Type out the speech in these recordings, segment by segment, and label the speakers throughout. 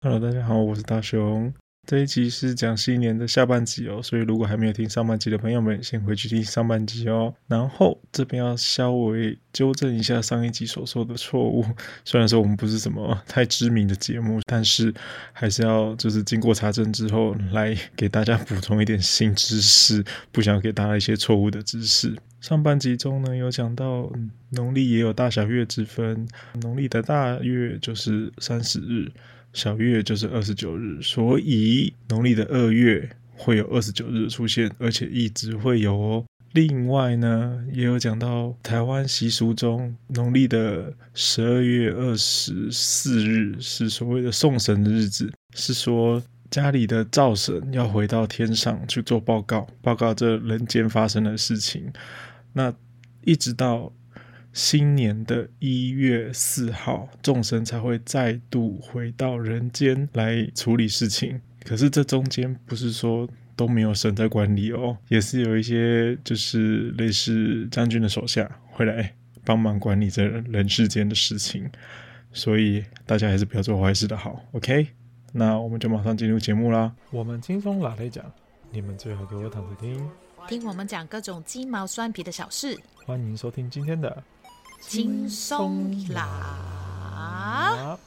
Speaker 1: Hello，大家好，我是大雄。这一集是讲新年的下半集哦，所以如果还没有听上半集的朋友们，先回去听上半集哦。然后这边要稍微纠正一下上一集所说的错误，虽然说我们不是什么太知名的节目，但是还是要就是经过查证之后，来给大家补充一点新知识，不想要给大家一些错误的知识。上半集中呢，有讲到嗯农历也有大小月之分，农历的大月就是三十日。小月就是二十九日，所以农历的二月会有二十九日出现，而且一直会有哦。另外呢，也有讲到台湾习俗中，农历的十二月二十四日是所谓的送神的日子，是说家里的灶神要回到天上去做报告，报告这人间发生的事情。那一直到新年的一月四号，众神才会再度回到人间来处理事情。可是这中间不是说都没有神在管理哦，也是有一些就是类似将军的手下会来帮忙管理这人世间的事情。所以大家还是不要做坏事的好，OK？那我们就马上进入节目啦。我们轻松拉来讲，你们最好给我躺着听。
Speaker 2: 听我们讲各种鸡毛蒜皮的小事，
Speaker 1: 欢迎收听今天的
Speaker 2: 轻松啦。
Speaker 1: 啊。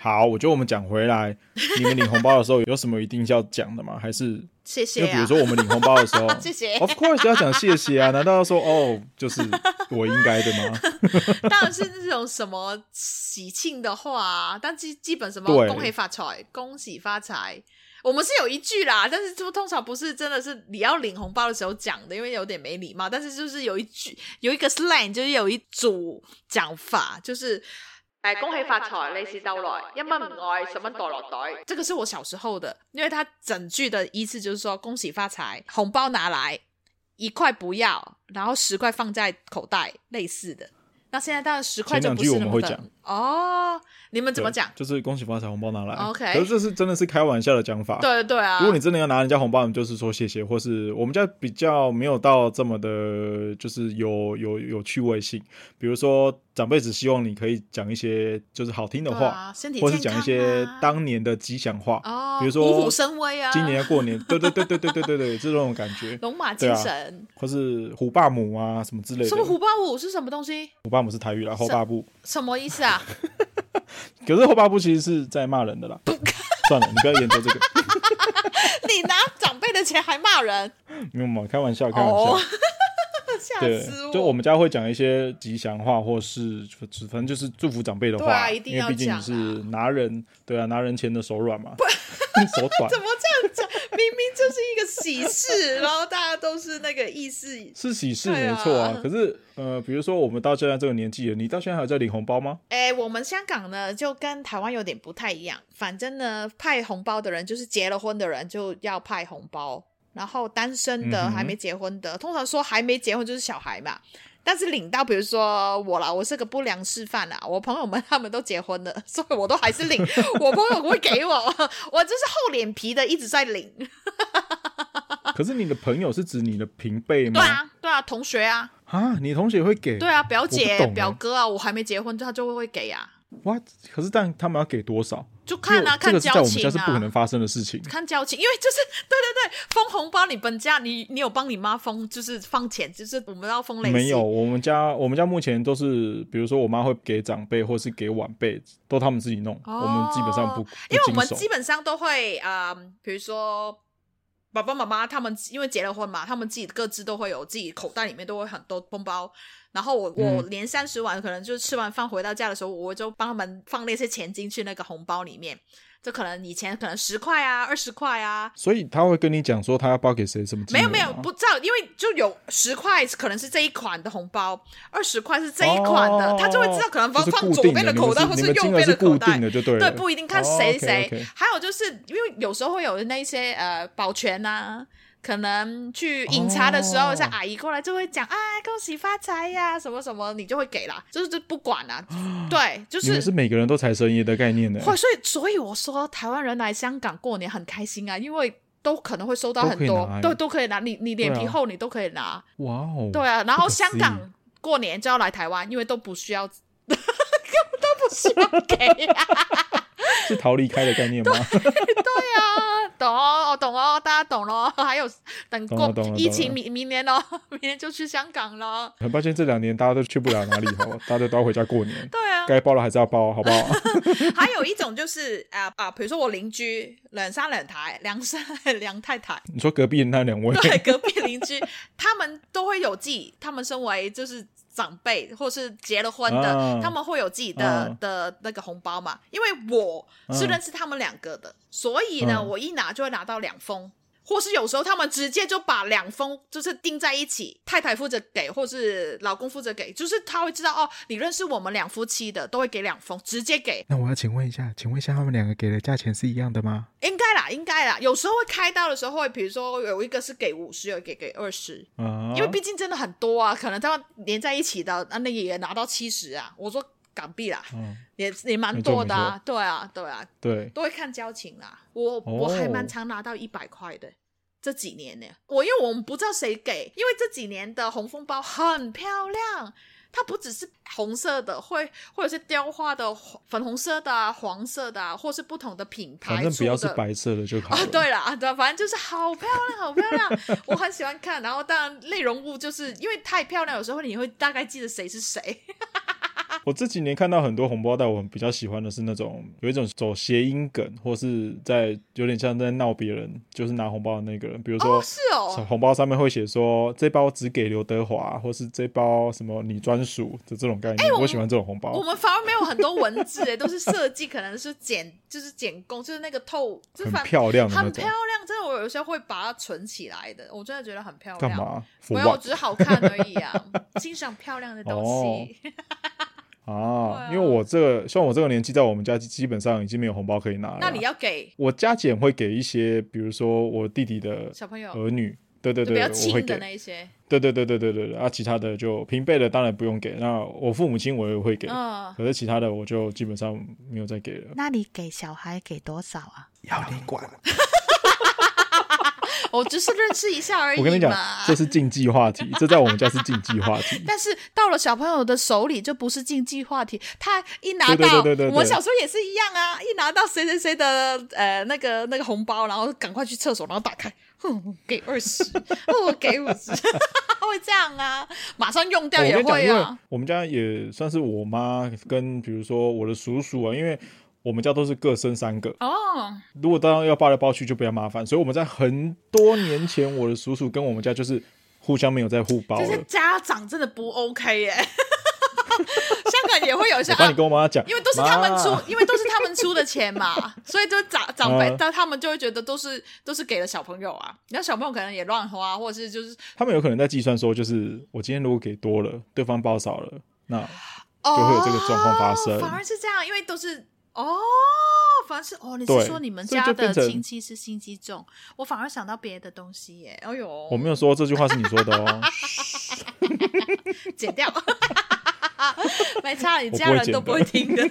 Speaker 1: 好，我觉得我们讲回来，你们领红包的时候有什么一定要讲的吗？还是
Speaker 2: 谢
Speaker 1: 因
Speaker 2: 谢
Speaker 1: 为比如
Speaker 2: 啊，
Speaker 1: 说我们领红包的 时候哦
Speaker 2: 谢谢
Speaker 1: ，Of course 要讲谢谢 啊？难道要说哦，就是我应该的吗？
Speaker 2: 当然是那种什么喜庆的话、啊，但基基本什么
Speaker 1: 对
Speaker 2: 恭喜发财、恭喜发财，我们是有一句啦，但是就通常不是真的是你要领红包的时候讲的，因为有点没礼貌。但是就是有一句有一个 slang，就是有一组讲法，就是。哎，恭喜发财，利是到来，一蚊唔爱，十蚊袋落袋。这个是我小时候的，因为它整句的意思就是说恭喜发财，红包拿来，一块不要，然后十块放在口袋，类似的。那现在当然十块就
Speaker 1: 前两
Speaker 2: 不
Speaker 1: 句
Speaker 2: 是
Speaker 1: 我
Speaker 2: 那
Speaker 1: 们
Speaker 2: 么
Speaker 1: 会
Speaker 2: 的
Speaker 1: 讲
Speaker 2: 哦。你们怎么讲
Speaker 1: 对？就是恭喜发财，红包拿来。
Speaker 2: OK
Speaker 1: 可是这是真的是开玩笑的讲法。。
Speaker 2: 对对啊，
Speaker 1: 如果你真的要拿人家红包，你就是说谢谢，或是我们家比较没有到这么的，就是有有有趣味性。比如说长辈只希望你可以讲一些就是好听的
Speaker 2: 对
Speaker 1: 话，
Speaker 2: 啊身体
Speaker 1: 或是
Speaker 2: 健
Speaker 1: 讲一
Speaker 2: 康
Speaker 1: 些
Speaker 2: 啊
Speaker 1: 当年的吉祥话，
Speaker 2: 哦，
Speaker 1: 比如说
Speaker 2: 虎虎生威啊，
Speaker 1: 今年要过年， 对对对对对对对对，这种感觉，
Speaker 2: 龙马
Speaker 1: 对
Speaker 2: 精
Speaker 1: 啊
Speaker 2: 神，
Speaker 1: 或是虎爸母啊什么之类的
Speaker 2: 什。么虎啊豹舞是什么东西？
Speaker 1: 虎爸母是台语啦，后爸部，
Speaker 2: 什么意思啊？
Speaker 1: 可是后爸部其实是在骂人的啦。算了，你不要研究这个，
Speaker 2: 你拿长辈的钱还骂人，
Speaker 1: 没有嘛，开玩笑，开玩笑。
Speaker 2: 哦，吓
Speaker 1: 对
Speaker 2: 死，
Speaker 1: 就我们家会讲一些吉祥话，或是反正就是祝福长辈的话，
Speaker 2: 对啊一定
Speaker 1: 因
Speaker 2: 要
Speaker 1: 为毕竟
Speaker 2: 讲
Speaker 1: 你
Speaker 2: 啊
Speaker 1: 是拿人，对啊，拿人钱的手软嘛，手 短
Speaker 2: 怎么这样讲？明明就是一个喜事， 然后大家都是那个意思。
Speaker 1: 是喜事
Speaker 2: 对
Speaker 1: 没
Speaker 2: 啊
Speaker 1: 错啊。可是呃，比如说我们到现在这个年纪了，你到现在还有在领红包吗？
Speaker 2: 哎，我们香港呢就跟台湾有点不太一样，反正呢派红包的人就是结了婚的人就要派红包，然后单身的、
Speaker 1: 嗯哼
Speaker 2: 还没结婚的，通常说还没结婚就是小孩嘛。但是领到，比如说我啦，我是个不良示范啦，我朋友们 他们都结婚了，所以我都还是 领，我朋友会给我，我就是厚脸皮的一直在领。
Speaker 1: 嗯可是你的朋友是指你的平辈吗
Speaker 2: 对？啊，对啊，同学啊，
Speaker 1: 啊，你同学会给？
Speaker 2: 对啊，表
Speaker 1: 我
Speaker 2: 姐、
Speaker 1: 不懂欸
Speaker 2: 表哥啊，我还没结婚，他就会会给啊，
Speaker 1: 哇，可是但他们要给多少？
Speaker 2: 就看啊，
Speaker 1: 因为这
Speaker 2: 看
Speaker 1: 个是在
Speaker 2: 交
Speaker 1: 我们
Speaker 2: 情
Speaker 1: 家是不可
Speaker 2: 啊
Speaker 1: 能。发生的事情。
Speaker 2: 看交情，因为就是 对对对，封红包你本家你你有帮你妈封，就是放钱，就是我们要封类似
Speaker 1: 没有，我们家我们家目前都是，比如说我妈会给长辈或是给晚辈，都他们自己弄，
Speaker 2: 哦
Speaker 1: 我们基本上不，不
Speaker 2: 因为我
Speaker 1: 经
Speaker 2: 们
Speaker 1: 手
Speaker 2: 基本上都会啊、呃比如说爸爸妈妈他们因为结了婚嘛，他们自己各自都会有自己口袋里面都会很多红包。然后我
Speaker 1: 嗯
Speaker 2: 我年三十晚可能就吃完饭回到家的时候，我就帮他们放那些钱进去那个红包里面，就可能以前可能十块啊、二十块啊，
Speaker 1: 所以他会跟你讲说他要包给谁什么金
Speaker 2: 没
Speaker 1: 额
Speaker 2: 有
Speaker 1: 吗？
Speaker 2: 没有，不知道，因为就有十块可能是这一款的红包，二十块是这一款的，
Speaker 1: 哦
Speaker 2: 他就会知道可能放
Speaker 1: 就是
Speaker 2: 放
Speaker 1: 固
Speaker 2: 左
Speaker 1: 定
Speaker 2: 边
Speaker 1: 的你们
Speaker 2: 口袋
Speaker 1: 是
Speaker 2: 或
Speaker 1: 你
Speaker 2: 是
Speaker 1: 们
Speaker 2: 右
Speaker 1: 金额
Speaker 2: 边
Speaker 1: 是
Speaker 2: 的口
Speaker 1: 固
Speaker 2: 袋
Speaker 1: 定。的就对了，
Speaker 2: 对，不一定看谁谁。
Speaker 1: 哦，OK，OK
Speaker 2: 还有就是因为有时候会有那一些呃保全呐、可能去饮茶的时候，
Speaker 1: 哦
Speaker 2: 像阿姨过来就会讲啊，恭喜发财呀、什么什么，你就会给啦，就是就不管啦、对，就
Speaker 1: 哦你们是每个人都财神爷的概念呢？
Speaker 2: 会，所以所以我说台湾人来香港过年很开心啊，因为都可能会收到
Speaker 1: 都
Speaker 2: 很
Speaker 1: 可以
Speaker 2: 多
Speaker 1: 拿，欸
Speaker 2: 都都可以拿，你你脸
Speaker 1: 对啊
Speaker 2: 皮厚你都可以拿，
Speaker 1: 哇哦，
Speaker 2: 对啊，然后
Speaker 1: 不可思
Speaker 2: 香港过年就要来台湾，因为都不需要， 根本都不需要给、啊。
Speaker 1: 是逃离开的概念吗？
Speaker 2: 对啊，懂哦，我懂哦，大家懂咯。还有等
Speaker 1: 懂了
Speaker 2: 过
Speaker 1: 懂了
Speaker 2: 疫
Speaker 1: 懂
Speaker 2: 情
Speaker 1: 了
Speaker 2: 明明年咯，明年就去香港咯。
Speaker 1: 很抱歉，这两年大家都去不了哪里哦，大家都要回家过 年，
Speaker 2: 对啊，
Speaker 1: 该包了还是要包，好 不好？
Speaker 2: 还有一种就是啊啊，比如说我邻居两三两台梁山梁太太，
Speaker 1: 你说隔壁那两 位，
Speaker 2: 对， 隔壁邻居，他们都会有自己，他们身为就是长辈或是结了婚的，
Speaker 1: 啊
Speaker 2: 他们会有自己的、
Speaker 1: 啊
Speaker 2: 的那个红包嘛。因为我是
Speaker 1: 嗯
Speaker 2: 认识他们两个的，所以呢，
Speaker 1: 嗯
Speaker 2: 我一拿就会拿到两封。或是有时候他们直接就把两封就是订在一起，太太负责给，或是老公负责给，就是他会知道哦，你认识我们两夫妻的，都会给两封，直接给，
Speaker 1: 那我要请问一下，请问一下，他们两个给的价钱是一样的吗？
Speaker 2: 应该啦，应该啦。有时候会开刀的时候会，比如说有一个是给五十，有一个给二十，
Speaker 1: 啊，
Speaker 2: 因为毕竟真的很多啊，可能他们连在一起的，啊，那也拿到七十啊。我说港币啦，
Speaker 1: 嗯，
Speaker 2: 也也蛮多的啊，对啊，对啊，
Speaker 1: 对，
Speaker 2: 都会看交情啦。我、
Speaker 1: 哦
Speaker 2: 我还蛮常拿到一百块的，这几年呢，我因为我们不知道谁给，因为这几年的红枫包很漂亮。它不只是红色的，会会有些雕花的、粉红色的、啊、黄色的、啊，或是不同的品牌
Speaker 1: 反正不要
Speaker 2: 出
Speaker 1: 是
Speaker 2: 的
Speaker 1: 白色的就好
Speaker 2: 啊，
Speaker 1: 了。
Speaker 2: 对了啊，对，反正就是好漂亮，好漂亮，我很喜欢看。然后当然内容物就是因为太漂亮，有时候你会大概记得谁是谁。
Speaker 1: 我这几年看到很多红包袋，我比较喜欢的是那种有一种走谐音梗，或是在有点像在闹别人，就是拿红包的那个人，比如说。
Speaker 2: 哦，是哦，
Speaker 1: 红包上面会写说这包只给刘德华，或是这包什么你专属的这种概念，
Speaker 2: 哎我
Speaker 1: 我喜欢这种红
Speaker 2: 我
Speaker 1: 包，
Speaker 2: 们反而没有很多文字欸诶，都是设计，可能是剪，就是剪工，就是那个透，就是
Speaker 1: 很
Speaker 2: 反
Speaker 1: 漂亮的那
Speaker 2: 很漂
Speaker 1: 种。
Speaker 2: 亮，真的，我有时候会把它存起来的，我真的觉得很漂
Speaker 1: 干
Speaker 2: 亮。
Speaker 1: 嘛？
Speaker 2: 没有，只是好看而已啊， 欣赏漂亮的东西。
Speaker 1: 啊，
Speaker 2: 对啊
Speaker 1: 因为我这个像我这个年纪，在我们家基基本上已经没有红包可以拿了。
Speaker 2: 那你要给
Speaker 1: 我加减会给一些，比如说我弟弟的
Speaker 2: 小朋友
Speaker 1: 儿女，对呃对
Speaker 2: 哦就比
Speaker 1: 对，
Speaker 2: 较
Speaker 1: 我会
Speaker 2: 轻的
Speaker 1: 给，
Speaker 2: 那一些，
Speaker 1: 对对对对对对对，啊，其他的就平辈的当然不用给，那我父母亲我也会给，
Speaker 2: 嗯，
Speaker 1: 可是其他的我就基本上没有再给了。
Speaker 3: 那你给小孩给多少啊？
Speaker 1: 要你管！
Speaker 2: 我只是认识一下而已
Speaker 1: 我
Speaker 2: 嘛。
Speaker 1: 跟你讲，这是禁忌话题，这在我们家是禁忌话
Speaker 2: 。
Speaker 1: 题
Speaker 2: 但是到了小朋友的手里就不是竞技话题，他一拿到，
Speaker 1: 对对对对对
Speaker 2: 我们小时候也是一样啊，一拿到谁谁谁的呃那个那个红包，然后赶快去厕所，然后打开，哼，给二十， 我给五十， 会这样啊，马上用掉
Speaker 1: 哦我
Speaker 2: 也
Speaker 1: 跟你讲，
Speaker 2: 会
Speaker 1: 因为
Speaker 2: 啊，
Speaker 1: 我们家也算是我妈跟比如说我的叔叔啊，因为我们家都是各生三个，
Speaker 2: 哦，
Speaker 1: 如果当然要包来包去就比较麻烦，所以我们在很多年前，我的叔叔跟我们家就是互相没有在互包
Speaker 2: 这些
Speaker 1: 了。
Speaker 2: 家长真的不 OK 耶、 香港也会有一些
Speaker 1: 我帮
Speaker 2: 啊
Speaker 1: 你。跟我妈讲，
Speaker 2: 因为都是他们
Speaker 1: 妈
Speaker 2: 出，因为都是他们出的 钱嘛，所以就长长辈
Speaker 1: 嗯，
Speaker 2: 但他们就会觉得都是都是给了小朋友啊，然后小朋友可能也乱花，或者是就是
Speaker 1: 他们有可能在计算说，就是我今天如果给多了，对方包少了，
Speaker 2: 哦
Speaker 1: 那
Speaker 2: 就
Speaker 1: 会有这个状况发生
Speaker 2: 反而是这样，因为都是哦，反而是哦，你
Speaker 1: 对
Speaker 2: 是说你们
Speaker 1: 所以
Speaker 2: 家
Speaker 1: 就变
Speaker 2: 的
Speaker 1: 成
Speaker 2: 亲戚是心机重？我反而想到别的东西耶。哎呦，
Speaker 1: 我没有说这句话是你说的 哦，
Speaker 2: 剪 掉，没差，你
Speaker 1: 我不
Speaker 2: 家
Speaker 1: 会
Speaker 2: 人都
Speaker 1: 剪
Speaker 2: 不会
Speaker 1: 的
Speaker 2: 听的。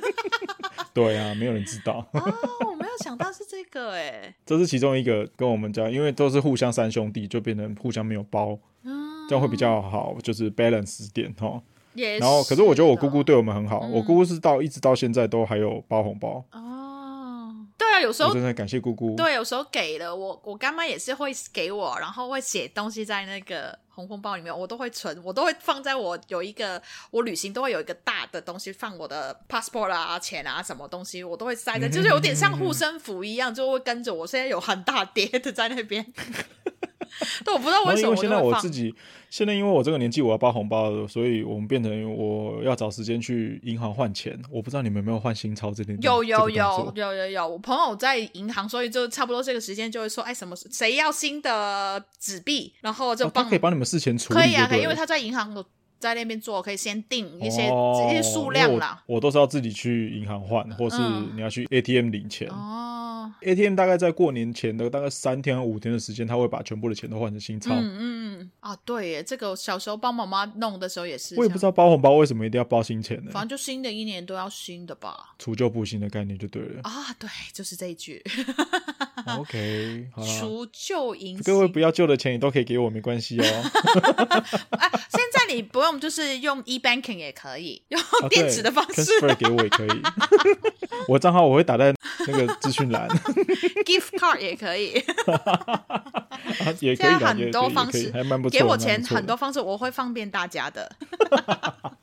Speaker 1: 对啊，没有人知道，
Speaker 2: 哦，我没有想到是这个哎，
Speaker 1: 这是其中一个跟我们家，因为都是互相三兄弟，就变成互相没有包，
Speaker 2: 嗯，
Speaker 1: 这样会比较好，就是 balance 一点哦。
Speaker 2: 也
Speaker 1: 然后，可是我觉得我姑姑
Speaker 2: 的
Speaker 1: 对我们很好，我
Speaker 2: 嗯
Speaker 1: 姑姑是到一直到现在都还有包红包，
Speaker 2: 哦，对啊，有时候
Speaker 1: 我真的很感谢姑姑。
Speaker 2: 对，有时候给了我，我干妈也是会给我，然后会写东西在那个红红包里面，我都会存，我都会放在我有一个我旅行都会有一个大的东西放我的 passport 啊、钱啊什么东西，我都会塞在，就是有点像护身符一样，就会跟着我。现在有很大叠的在那边， 但我不知道
Speaker 1: 然
Speaker 2: 为
Speaker 1: 后
Speaker 2: 什
Speaker 1: 因为
Speaker 2: 么我
Speaker 1: 现
Speaker 2: 就
Speaker 1: 在
Speaker 2: 会
Speaker 1: 我
Speaker 2: 放
Speaker 1: 自。己，现在因为我这个年纪我要包红包了，所以我们变成我要找时间去银行换钱。我不知道你们有没有换新钞这件
Speaker 2: 有有
Speaker 1: 这个动
Speaker 2: 有
Speaker 1: 作哦
Speaker 2: 有有有，我朋友在银行，所以就差不多这个时间就会说，哎，什么谁要新的纸币，然后就
Speaker 1: 哦他
Speaker 2: 帮
Speaker 1: 可以帮你们事前处理
Speaker 2: 可
Speaker 1: 就对了，
Speaker 2: 以啊，可以，因为他在银行有在那边做，可以先定一些、
Speaker 1: 哦
Speaker 2: 一些数量啦。
Speaker 1: 因为我。我都是要自己去银行换，或是
Speaker 2: 嗯
Speaker 1: 你要去 ATM 领钱。
Speaker 2: 哦，
Speaker 1: ATM 大概在过年前的大概三天和五天的时间，他会把全部的钱都换成新钞。
Speaker 2: 嗯嗯啊，对耶，这个我小时候帮妈妈弄的时候也是，
Speaker 1: 我也不知，道包红包为什么一定要包新钱呢？
Speaker 2: 反正就新的一年都要新的吧。
Speaker 1: 除旧布新的概念就对了。
Speaker 2: 啊，对，就是这一句，
Speaker 1: OK，好啦，
Speaker 2: 除旧迎新。
Speaker 1: 啊各位不要旧的钱，你都可以给我，没关系 哦。
Speaker 2: 啊，现在你不用，就是用 e banking 也可以，用
Speaker 1: 啊
Speaker 2: 电子的方式、
Speaker 1: 对 transfer 给我也可以。 我账号我会打在那个资讯栏，
Speaker 2: g i f t card 也可以。
Speaker 1: 啊也可以的，
Speaker 2: 现在
Speaker 1: 也可
Speaker 2: 很多
Speaker 1: 以，也
Speaker 2: 方
Speaker 1: 可以，
Speaker 2: 式
Speaker 1: 还蛮不错。
Speaker 2: 给我
Speaker 1: 还蛮
Speaker 2: 钱
Speaker 1: 不错哦
Speaker 2: 很多方式，我会方便大家的。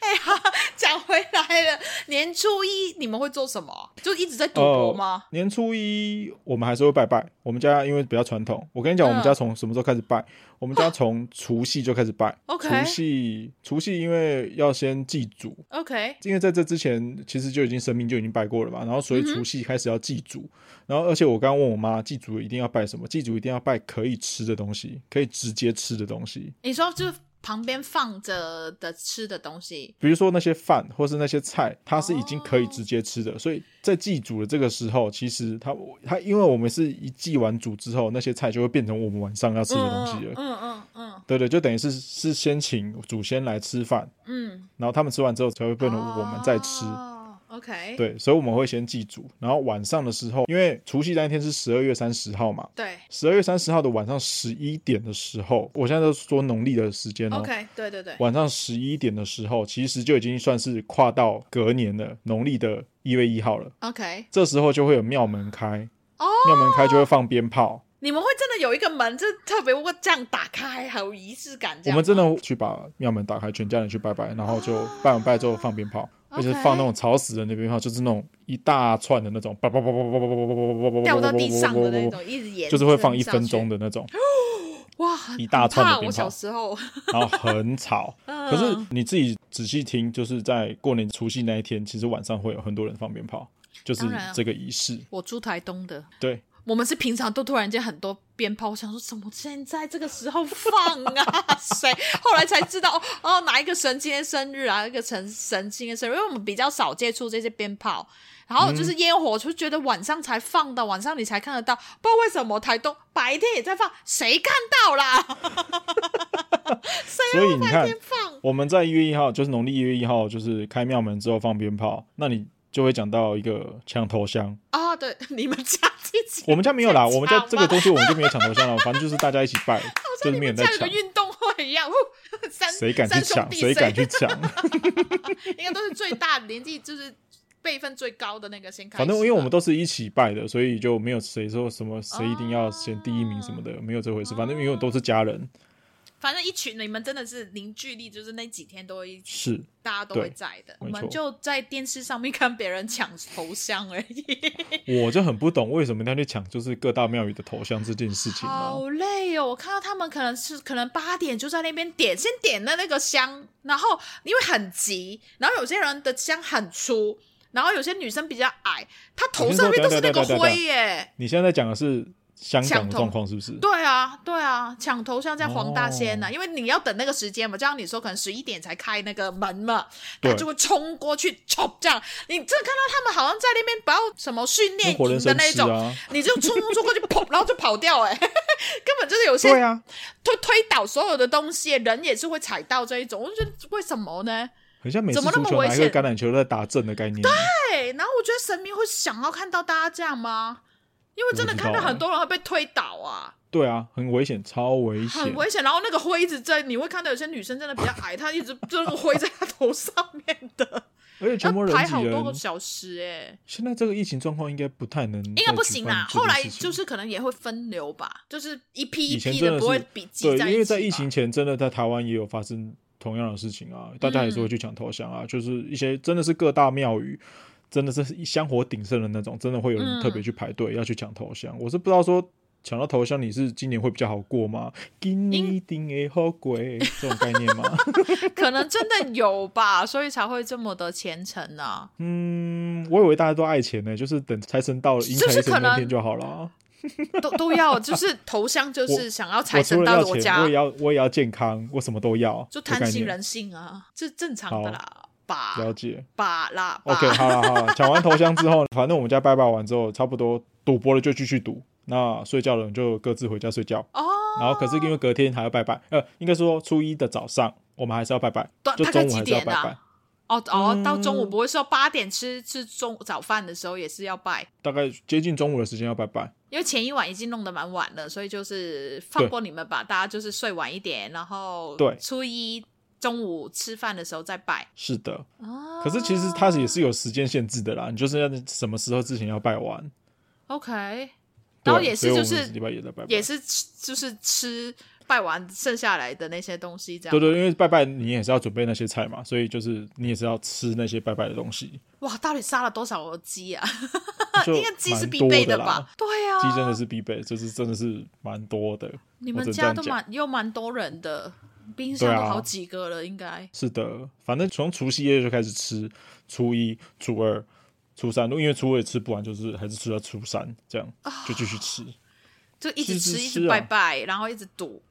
Speaker 2: 哎呀，讲回来了，年初一你们会做什么？就一直在赌博吗？
Speaker 1: 哦？年初一我们还是会拜拜，我们家因为比较传统。我跟你讲，
Speaker 2: 嗯
Speaker 1: 我们家从什么时候开始拜？我们家从除夕就开始拜。
Speaker 2: OK
Speaker 1: 除夕，除夕因为要先祭祖，
Speaker 2: OK，
Speaker 1: 因为在这之前其实就已经神明就已经拜过了嘛，然后所以
Speaker 2: 嗯
Speaker 1: 除夕开始要祭祖，然后而且我刚刚问我妈，祭祖一定要拜什么？祭祖一定要拜可以吃的东西，可以直接吃的东西，
Speaker 2: 你说就是旁边放着的吃的东西，
Speaker 1: 比如说那些饭或是那些菜，它是已经可以直接吃的，所以在祭祖的这个时候，其实它它因为我们是一祭完祖之后，那些菜就会变成我们晚上要吃的东西了。
Speaker 2: 嗯嗯嗯
Speaker 1: 对对，就等于是是先请祖先来吃饭，
Speaker 2: 嗯嗯，
Speaker 1: 然后他们吃完之后才会变成我们在吃。
Speaker 2: 哦 OK，
Speaker 1: 对，所以我们会先祭祖，然后晚上的时候，因为除夕那一天是十二月三十号嘛，
Speaker 2: 对
Speaker 1: 十二月三十号的晚上十一点的时候，我现在都说农历的时间哦。
Speaker 2: ，OK，对对对，
Speaker 1: 晚上十一点的时候，其实就已经算是跨到隔年了，农历的一月一号了。
Speaker 2: OK，
Speaker 1: 这时候就会有庙门开，
Speaker 2: 哦
Speaker 1: 庙门开就会放鞭炮。
Speaker 2: 你们会真的有一个门，就特别会这样打开，很有仪式感
Speaker 1: 我
Speaker 2: 这样吗。
Speaker 1: 们真的去把庙门打开，全家人去拜拜，然后就拜完拜之后放鞭炮，而且
Speaker 2: OK
Speaker 1: 放那种吵死人的鞭炮，就是那种一大串的那种，叭叭叭叭叭叭叭叭叭叭叭，
Speaker 2: 掉到地上的那种，一直延
Speaker 1: 就是会放一分
Speaker 2: 的。
Speaker 1: 钟的那种，
Speaker 2: 哇，
Speaker 1: 一大串的
Speaker 2: 很怕
Speaker 1: 鞭炮
Speaker 2: 我小时候，
Speaker 1: 然后很吵。
Speaker 2: 嗯
Speaker 1: 可是你自己仔细听，就是在过年除夕那一天，其实晚上会有很多人放鞭炮，就是
Speaker 2: 当然啊
Speaker 1: 这个仪式。
Speaker 2: 我住台东的，
Speaker 1: 对，
Speaker 2: 我们是平常都突然间很多鞭炮，我想说怎么现在这个时候放啊？ 谁？后来才知道哦哦，哪一个神今天生日啊？一个神神今天生日，因为我们比较少接触这些鞭炮，然后
Speaker 1: 嗯
Speaker 2: 就是烟火，就觉得晚上才放的，晚上你才看得到，不知道为什么台东白天也在放，谁看到啦？谁
Speaker 1: 所以
Speaker 2: 要
Speaker 1: 你
Speaker 2: 白
Speaker 1: 看
Speaker 2: 天放？
Speaker 1: 我们在一月一号，就是农历一月一号，就是开庙门之后放鞭炮，那你就会讲到一个抢头香。
Speaker 2: 啊、对， 你们家自己，
Speaker 1: 我们家没有啦，
Speaker 2: 在
Speaker 1: 我们家
Speaker 2: 抢
Speaker 1: 这个
Speaker 2: 吗
Speaker 1: 东西我们就没有抢头香了，反正就是大家一起拜，就是没有人在
Speaker 2: 像有个
Speaker 1: 抢，
Speaker 2: 运动会一样，呼三
Speaker 1: 谁敢去
Speaker 2: 三兄
Speaker 1: 抢，
Speaker 2: 弟
Speaker 1: 谁敢去抢。
Speaker 2: 应该都是最大的年纪，就是辈分最高的那个先开始吧。
Speaker 1: 反正因为我们都是一起拜的，所以就没有谁说什么谁一定
Speaker 2: 哦
Speaker 1: 要选第一名什么的，没有这回事。反正因为都是家人，
Speaker 2: 反正一群你们真的是凝聚力，就是那几天都会一起，
Speaker 1: 是
Speaker 2: 大家都会
Speaker 1: 对
Speaker 2: 在的。
Speaker 1: 没
Speaker 2: 我们
Speaker 1: 错
Speaker 2: 就在电视上面看别人抢头像而已，
Speaker 1: 我就很不懂为什么要去抢，就是各大庙宇的头像这件事情啊。
Speaker 2: 好累哦！我看到他们可能是可能八点就在那边点，先点了那个香，然后因为很急，然后有些人的香很粗。然后有些女生比较矮，她头上面都是那个
Speaker 1: 我先说等等等等等等
Speaker 2: 灰耶。
Speaker 1: 你现在在讲的是香港
Speaker 2: 抢
Speaker 1: 的
Speaker 2: 头
Speaker 1: 状况是不是？
Speaker 2: 对啊，对啊，抢头像在黄大仙呐、
Speaker 1: 哦
Speaker 2: 因为你要等那个时间嘛，就像你说，可能十一点才开那个门嘛，
Speaker 1: 对
Speaker 2: 他就会冲过去冲这样。你这看到他们好像在那边不要什么训练
Speaker 1: 那活人
Speaker 2: 营的
Speaker 1: 生
Speaker 2: 那
Speaker 1: 吃
Speaker 2: 种，
Speaker 1: 啊，
Speaker 2: 你就冲冲冲过去，砰，然后就跑掉、 哎，根本就是有些
Speaker 1: 对啊，
Speaker 2: 推推倒所有的东西，人也是会踩到这一种。我就觉得为什么呢？
Speaker 1: 很像每次
Speaker 2: 怎么那
Speaker 1: 足
Speaker 2: 么
Speaker 1: 球拿
Speaker 2: 危
Speaker 1: 一
Speaker 2: 险
Speaker 1: 个橄榄球在打正的概 念。
Speaker 2: 对，然后我觉得神明会想要看到大家这样吗？因为真的
Speaker 1: 我不知
Speaker 2: 看到
Speaker 1: 道哎
Speaker 2: 很多人会被推倒啊。
Speaker 1: 对啊，很危险，超危险
Speaker 2: 很。危险。然后那个灰一直在，你会看到有些女生真的比较矮，她一直就那个灰在她头上面 的，
Speaker 1: 而且全国
Speaker 2: 要
Speaker 1: 人
Speaker 2: 排
Speaker 1: 挤
Speaker 2: 好多个
Speaker 1: 人，
Speaker 2: 小时哎、
Speaker 1: 现在这个疫情状况应该不太能，应
Speaker 2: 应该不行啦。后来就是可能也会分流吧，就是一批一
Speaker 1: 以前
Speaker 2: 批
Speaker 1: 真的
Speaker 2: 不会
Speaker 1: 是
Speaker 2: 比挤
Speaker 1: 对，
Speaker 2: 在一起吧。
Speaker 1: 因为在疫情前，真的在台湾也有发生同样的事情啊，大家也是会去抢头香啊，就是一些真的是各大庙宇。真的是一香火鼎盛的那种，真的会有人特别去排
Speaker 2: 嗯
Speaker 1: 队、要去抢头香。我是不知道说抢到头香你是今年会比较好过吗？今年一定会好过这种概念吗？
Speaker 2: 可能真的有吧，所以才会这么的虔诚啊。
Speaker 1: 嗯，我以为大家都爱钱呢、就是等财神到了迎
Speaker 2: 就
Speaker 1: 财
Speaker 2: 是可
Speaker 1: 神
Speaker 2: 能
Speaker 1: 那天就好了啊。
Speaker 2: 都都要，就是头香，就是
Speaker 1: 我
Speaker 2: 想要
Speaker 1: 我
Speaker 2: 财
Speaker 1: 除
Speaker 2: 神
Speaker 1: 了
Speaker 2: 到
Speaker 1: 要
Speaker 2: 我
Speaker 1: 钱，
Speaker 2: 家
Speaker 1: 我也，要我也要健康，我什么都要，
Speaker 2: 就
Speaker 1: 这概
Speaker 2: 贪心
Speaker 1: 念
Speaker 2: 人性啊，这正常的
Speaker 1: 好
Speaker 2: 啦。把
Speaker 1: 了解。
Speaker 2: 把啦把
Speaker 1: OK，好了好 了，抢完头香之后，反正我们家拜拜完之后，差不多赌博了就继续赌，那睡觉了就各自回家睡觉。
Speaker 2: 哦，
Speaker 1: 然后可是因为隔天还要拜拜，呃，应该说初一的早上我们还是要拜拜，
Speaker 2: 短
Speaker 1: 就
Speaker 2: 大
Speaker 1: 中午
Speaker 2: 概哦几
Speaker 1: 还是要
Speaker 2: 点
Speaker 1: 拜拜
Speaker 2: 啊，？哦哦，到中午
Speaker 1: 嗯
Speaker 2: 不会说八点吃吃中早饭的时候也是要拜，
Speaker 1: 大概接近中午的时间要拜拜。
Speaker 2: 因为前一晚已经弄得蛮晚了，所以就是放过你们吧，大家就是睡晚一点，然后
Speaker 1: 对
Speaker 2: 初一中午吃饭的时候再拜。
Speaker 1: 是的，
Speaker 2: 哦
Speaker 1: 可是其实它也是有时间限制的啦，你就是要什么时候之前要拜完。
Speaker 2: 哦 OK，然
Speaker 1: 对
Speaker 2: 后
Speaker 1: 啊
Speaker 2: 也
Speaker 1: 所以
Speaker 2: 是就
Speaker 1: 我们
Speaker 2: 是
Speaker 1: 礼拜也在拜拜，
Speaker 2: 也是吃就是吃拜完剩下来的那些东西这样。
Speaker 1: 对对，因为拜拜你也是要准备那些菜嘛，所以就是你也是要吃那些拜拜的东 西，
Speaker 2: 哇，到底杀了多少鸡啊？
Speaker 1: 就
Speaker 2: 应该鸡是
Speaker 1: 蛮
Speaker 2: 必
Speaker 1: 多
Speaker 2: 备
Speaker 1: 的啦
Speaker 2: 吧？？对啊，
Speaker 1: 鸡真的是必备，就是真的是蛮多的。
Speaker 2: 你
Speaker 1: 我
Speaker 2: 们
Speaker 1: 只能这
Speaker 2: 家
Speaker 1: 样
Speaker 2: 都
Speaker 1: 讲
Speaker 2: 蛮又蛮多人的，冰箱
Speaker 1: 对
Speaker 2: 都
Speaker 1: 啊
Speaker 2: 好几个了，应该。
Speaker 1: 是的，反正从除夕夜就开始吃，初一、初二、初三，因为初二也吃不完，就是还是吃到初三，这样
Speaker 2: 啊
Speaker 1: 就继续吃。
Speaker 2: 就一直
Speaker 1: 是是
Speaker 2: 吃，一哦
Speaker 1: 是
Speaker 2: 直
Speaker 1: 啊
Speaker 2: 拜拜，然后一直赌，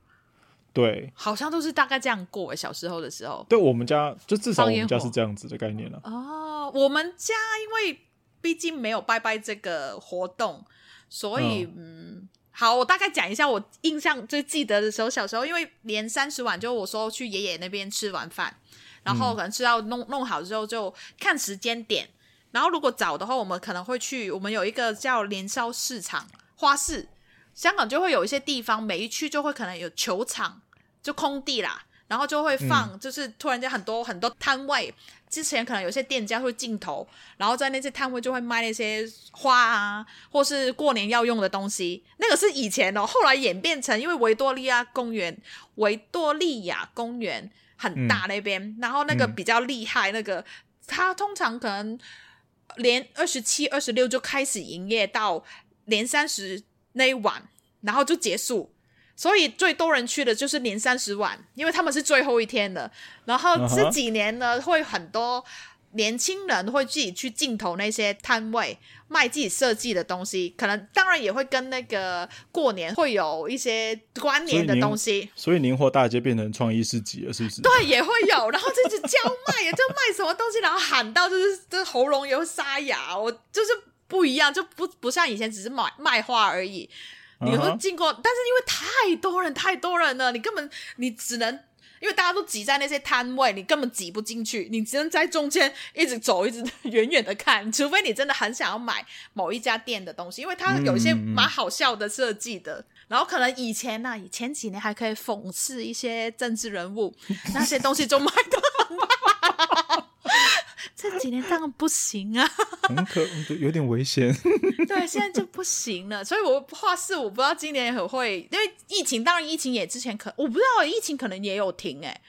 Speaker 1: 对，
Speaker 2: 好像都是大概这样过、欸。小时候的时候，
Speaker 1: 对我们家就至少我
Speaker 2: 放烟
Speaker 1: 们家
Speaker 2: 火
Speaker 1: 是这样子的概念了、
Speaker 2: 哦，我们家因为毕竟没有拜拜这个活动，所以嗯好，我大概讲一下我印象最记得的时候，小时候因为年三十晚就我说去爷爷那边吃完饭，然后可能吃到弄弄好之后就看时间点，然后如果早的话，我们可能会去，我们有一个叫年宵市场花市，香港就会有一些地方，每一区就会可能有球场，就空地啦，然后就会放，就是突然间很多很多摊位，之前可能有些店家会进头，然后在那些摊位就会卖那些花啊，或是过年要用的东西。那个是以前哦，后来演变成因为维多利亚公园，维多利亚公园很大那边，然后那个
Speaker 1: 嗯
Speaker 2: 比较厉害，那个它通常可能连二十七、二十六就开始营业到年三十那一晚，然后就结束。所以最多人去的就是年三十晚，因为他们是最后一天的。然后
Speaker 1: 嗯哼
Speaker 2: 这几年呢，会很多年轻人会自己去镜头那些摊位卖自己设计的东西，可能当然也会跟那个过年会有一些关联的东西。
Speaker 1: 所以宁波大街变成创意市集了，是不是？
Speaker 2: 对，也会有，然后就是叫卖，也就卖什么东西，然后喊到就是就是喉咙也会沙哑，我就是不一样，就不不像以前只是买卖花而已。你
Speaker 1: 嗯
Speaker 2: 会
Speaker 1: 哼
Speaker 2: 经过，但是因为太多人太多人了，你根本你只能。因为大家都挤在那些摊位，你根本挤不进去，你只能在中间一直走，一直远远的看，除非你真的很想要买某一家店的东西，因为它有一些
Speaker 1: 嗯嗯嗯
Speaker 2: 蛮好笑的设计的。然后可能以前呐、以前几年还可以讽刺一些政治 人物，那些东西就卖到 这几年当然不行啊。
Speaker 1: 很可嗯对有点危险。
Speaker 2: 对，现在就不行了。所以我画室我不知道今年很会，因为疫情，当然疫情也之前可我不知道欸疫情可能也有停哎、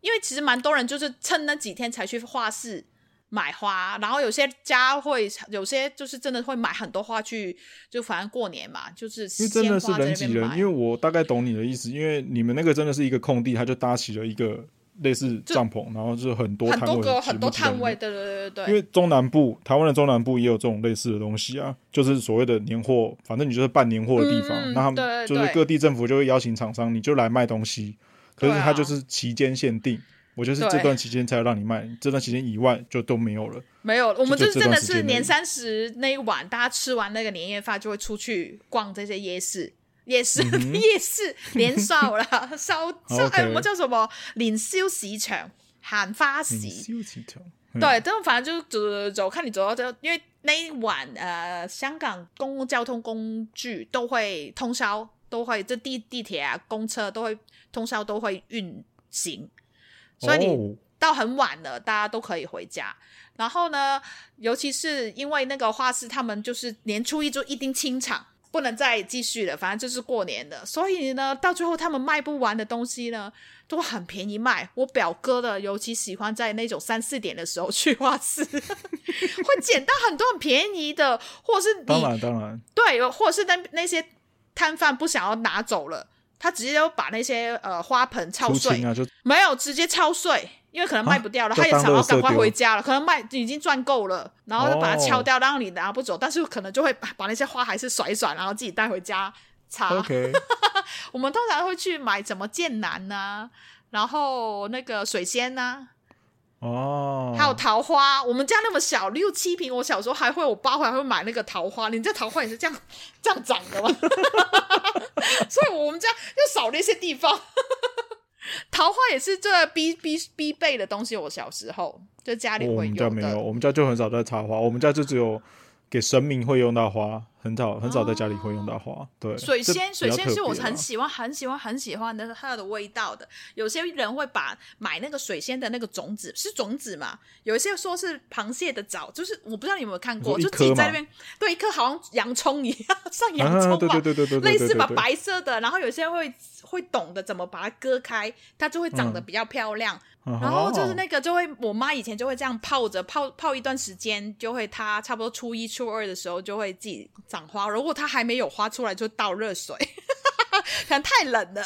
Speaker 2: 因为其实蛮多人就是趁那几天才去画室买花，然后有些家会有些就是真的会买很多花去，就反正过年嘛，就是
Speaker 1: 因为真的
Speaker 2: 鲜
Speaker 1: 是
Speaker 2: 花在
Speaker 1: 人
Speaker 2: 那
Speaker 1: 挤
Speaker 2: 边
Speaker 1: 人，
Speaker 2: 买
Speaker 1: 因为。我大概懂你的意思，因为你们那个真的是一个空地，他就搭起了一个类似帐篷，然后就是很多
Speaker 2: 很
Speaker 1: 摊
Speaker 2: 多
Speaker 1: 位，
Speaker 2: 个很
Speaker 1: 全部
Speaker 2: 多
Speaker 1: 挤在
Speaker 2: 摊
Speaker 1: 里
Speaker 2: 位，
Speaker 1: 面。
Speaker 2: 对对对对
Speaker 1: 因
Speaker 2: 对，
Speaker 1: 为中南部，台湾的中南部也有这种类似的东西啊，就是所谓的年货，反正你就是办年货的地方，
Speaker 2: 嗯
Speaker 1: 那他
Speaker 2: 对
Speaker 1: 们就是
Speaker 2: 对
Speaker 1: 各地政府就会邀请厂商，你就来卖东西，可是
Speaker 2: 对啊
Speaker 1: 它就是期间限定，我就是
Speaker 2: 对
Speaker 1: 这段期间才让你卖，这段期间以外就都没有了。
Speaker 2: 没有，我们
Speaker 1: 就
Speaker 2: 就是
Speaker 1: 这
Speaker 2: 真的
Speaker 1: 段时
Speaker 2: 是
Speaker 1: 间而
Speaker 2: 年
Speaker 1: 已
Speaker 2: 三十那一晚，大家吃完那个年夜饭就会出去逛这些夜市。夜市、 夜市年 宵啦，烧烧哎，
Speaker 1: 嗯 OK
Speaker 2: 我们叫什么？年宵市场、喊花市，
Speaker 1: 嗯是有几条嗯
Speaker 2: 对，但反正就走走走，看你走到这，因为那一晚呃，香港公共交通工具都会通宵，都会这地地铁啊、公车都会通宵都会运行，所以你
Speaker 1: 哦
Speaker 2: 到很晚了，大家都可以回家。然后呢，尤其是因为那个花市，他们就是年初一就一定清场，不能再继续了，反正就是过年的。所以呢，到最后他们卖不完的东西呢，都很便宜卖。我表哥的尤其喜欢在那种三四点的时候去花市， 会捡到很多很便宜的，或是
Speaker 1: 当
Speaker 2: 你
Speaker 1: 然当然，
Speaker 2: 对，或者是那那些摊贩不想要拿走了，他直接就把那些呃花盆
Speaker 1: 出
Speaker 2: 敲碎
Speaker 1: 清，啊，就
Speaker 2: 没有直接敲碎，因为可能卖不掉了，
Speaker 1: 啊
Speaker 2: 他也想要赶
Speaker 1: 就当垃圾
Speaker 2: 快
Speaker 1: 丢
Speaker 2: 回家了，可能卖已经赚够了，然后就把它敲
Speaker 1: 哦
Speaker 2: 掉，让你拿不走，但是可能就会把把那些花还是甩一甩，然后自己带回家插。
Speaker 1: OK。
Speaker 2: 我们通啊常会去买什么剑兰呐、然后那个水仙呐、
Speaker 1: 哦，
Speaker 2: 还有桃花，我们家那么小，六七平，我小时候还会，我爸还会买那个桃花。你这桃花也是这样 这样长的吗？ 所以我们家又少了一些地方。 桃花也是这必必必备的东西，我小时候就家里
Speaker 1: 哦我
Speaker 2: 会
Speaker 1: 们家没有，
Speaker 2: 的。
Speaker 1: 我们家就很少在插花，我们家就只有给神明会用到花，很少很少在家里会用到花。对，
Speaker 2: 哦水仙，
Speaker 1: 这
Speaker 2: 水
Speaker 1: 比较
Speaker 2: 仙是
Speaker 1: 特
Speaker 2: 我
Speaker 1: 别啊
Speaker 2: 很
Speaker 1: 啦
Speaker 2: 喜欢、很喜欢、很喜欢的它的味道的。有些人会把买那个水仙的那个种子，是种子嘛？有一些说是螃蟹的藻，就是我不知道你有没有看过，
Speaker 1: 你
Speaker 2: 就
Speaker 1: 说一
Speaker 2: 自己
Speaker 1: 颗
Speaker 2: 在
Speaker 1: 嘛
Speaker 2: 那边对一颗好像洋葱一样，像洋葱
Speaker 1: 啊，
Speaker 2: 嘛，
Speaker 1: 对 对对对对对，
Speaker 2: 类似
Speaker 1: 对
Speaker 2: 吧，
Speaker 1: 对
Speaker 2: 白色的。然后有些人会会懂得怎么把它割开，它就会长得
Speaker 1: 嗯
Speaker 2: 比较漂亮。
Speaker 1: 嗯
Speaker 2: 然后就是
Speaker 1: 哦
Speaker 2: 那个就会，我妈以前就会这样泡着，泡泡一段时间，就会它差不多初一、初二的时候就会自己长花。如果它还没有花出来，就倒热水， 可能太冷了，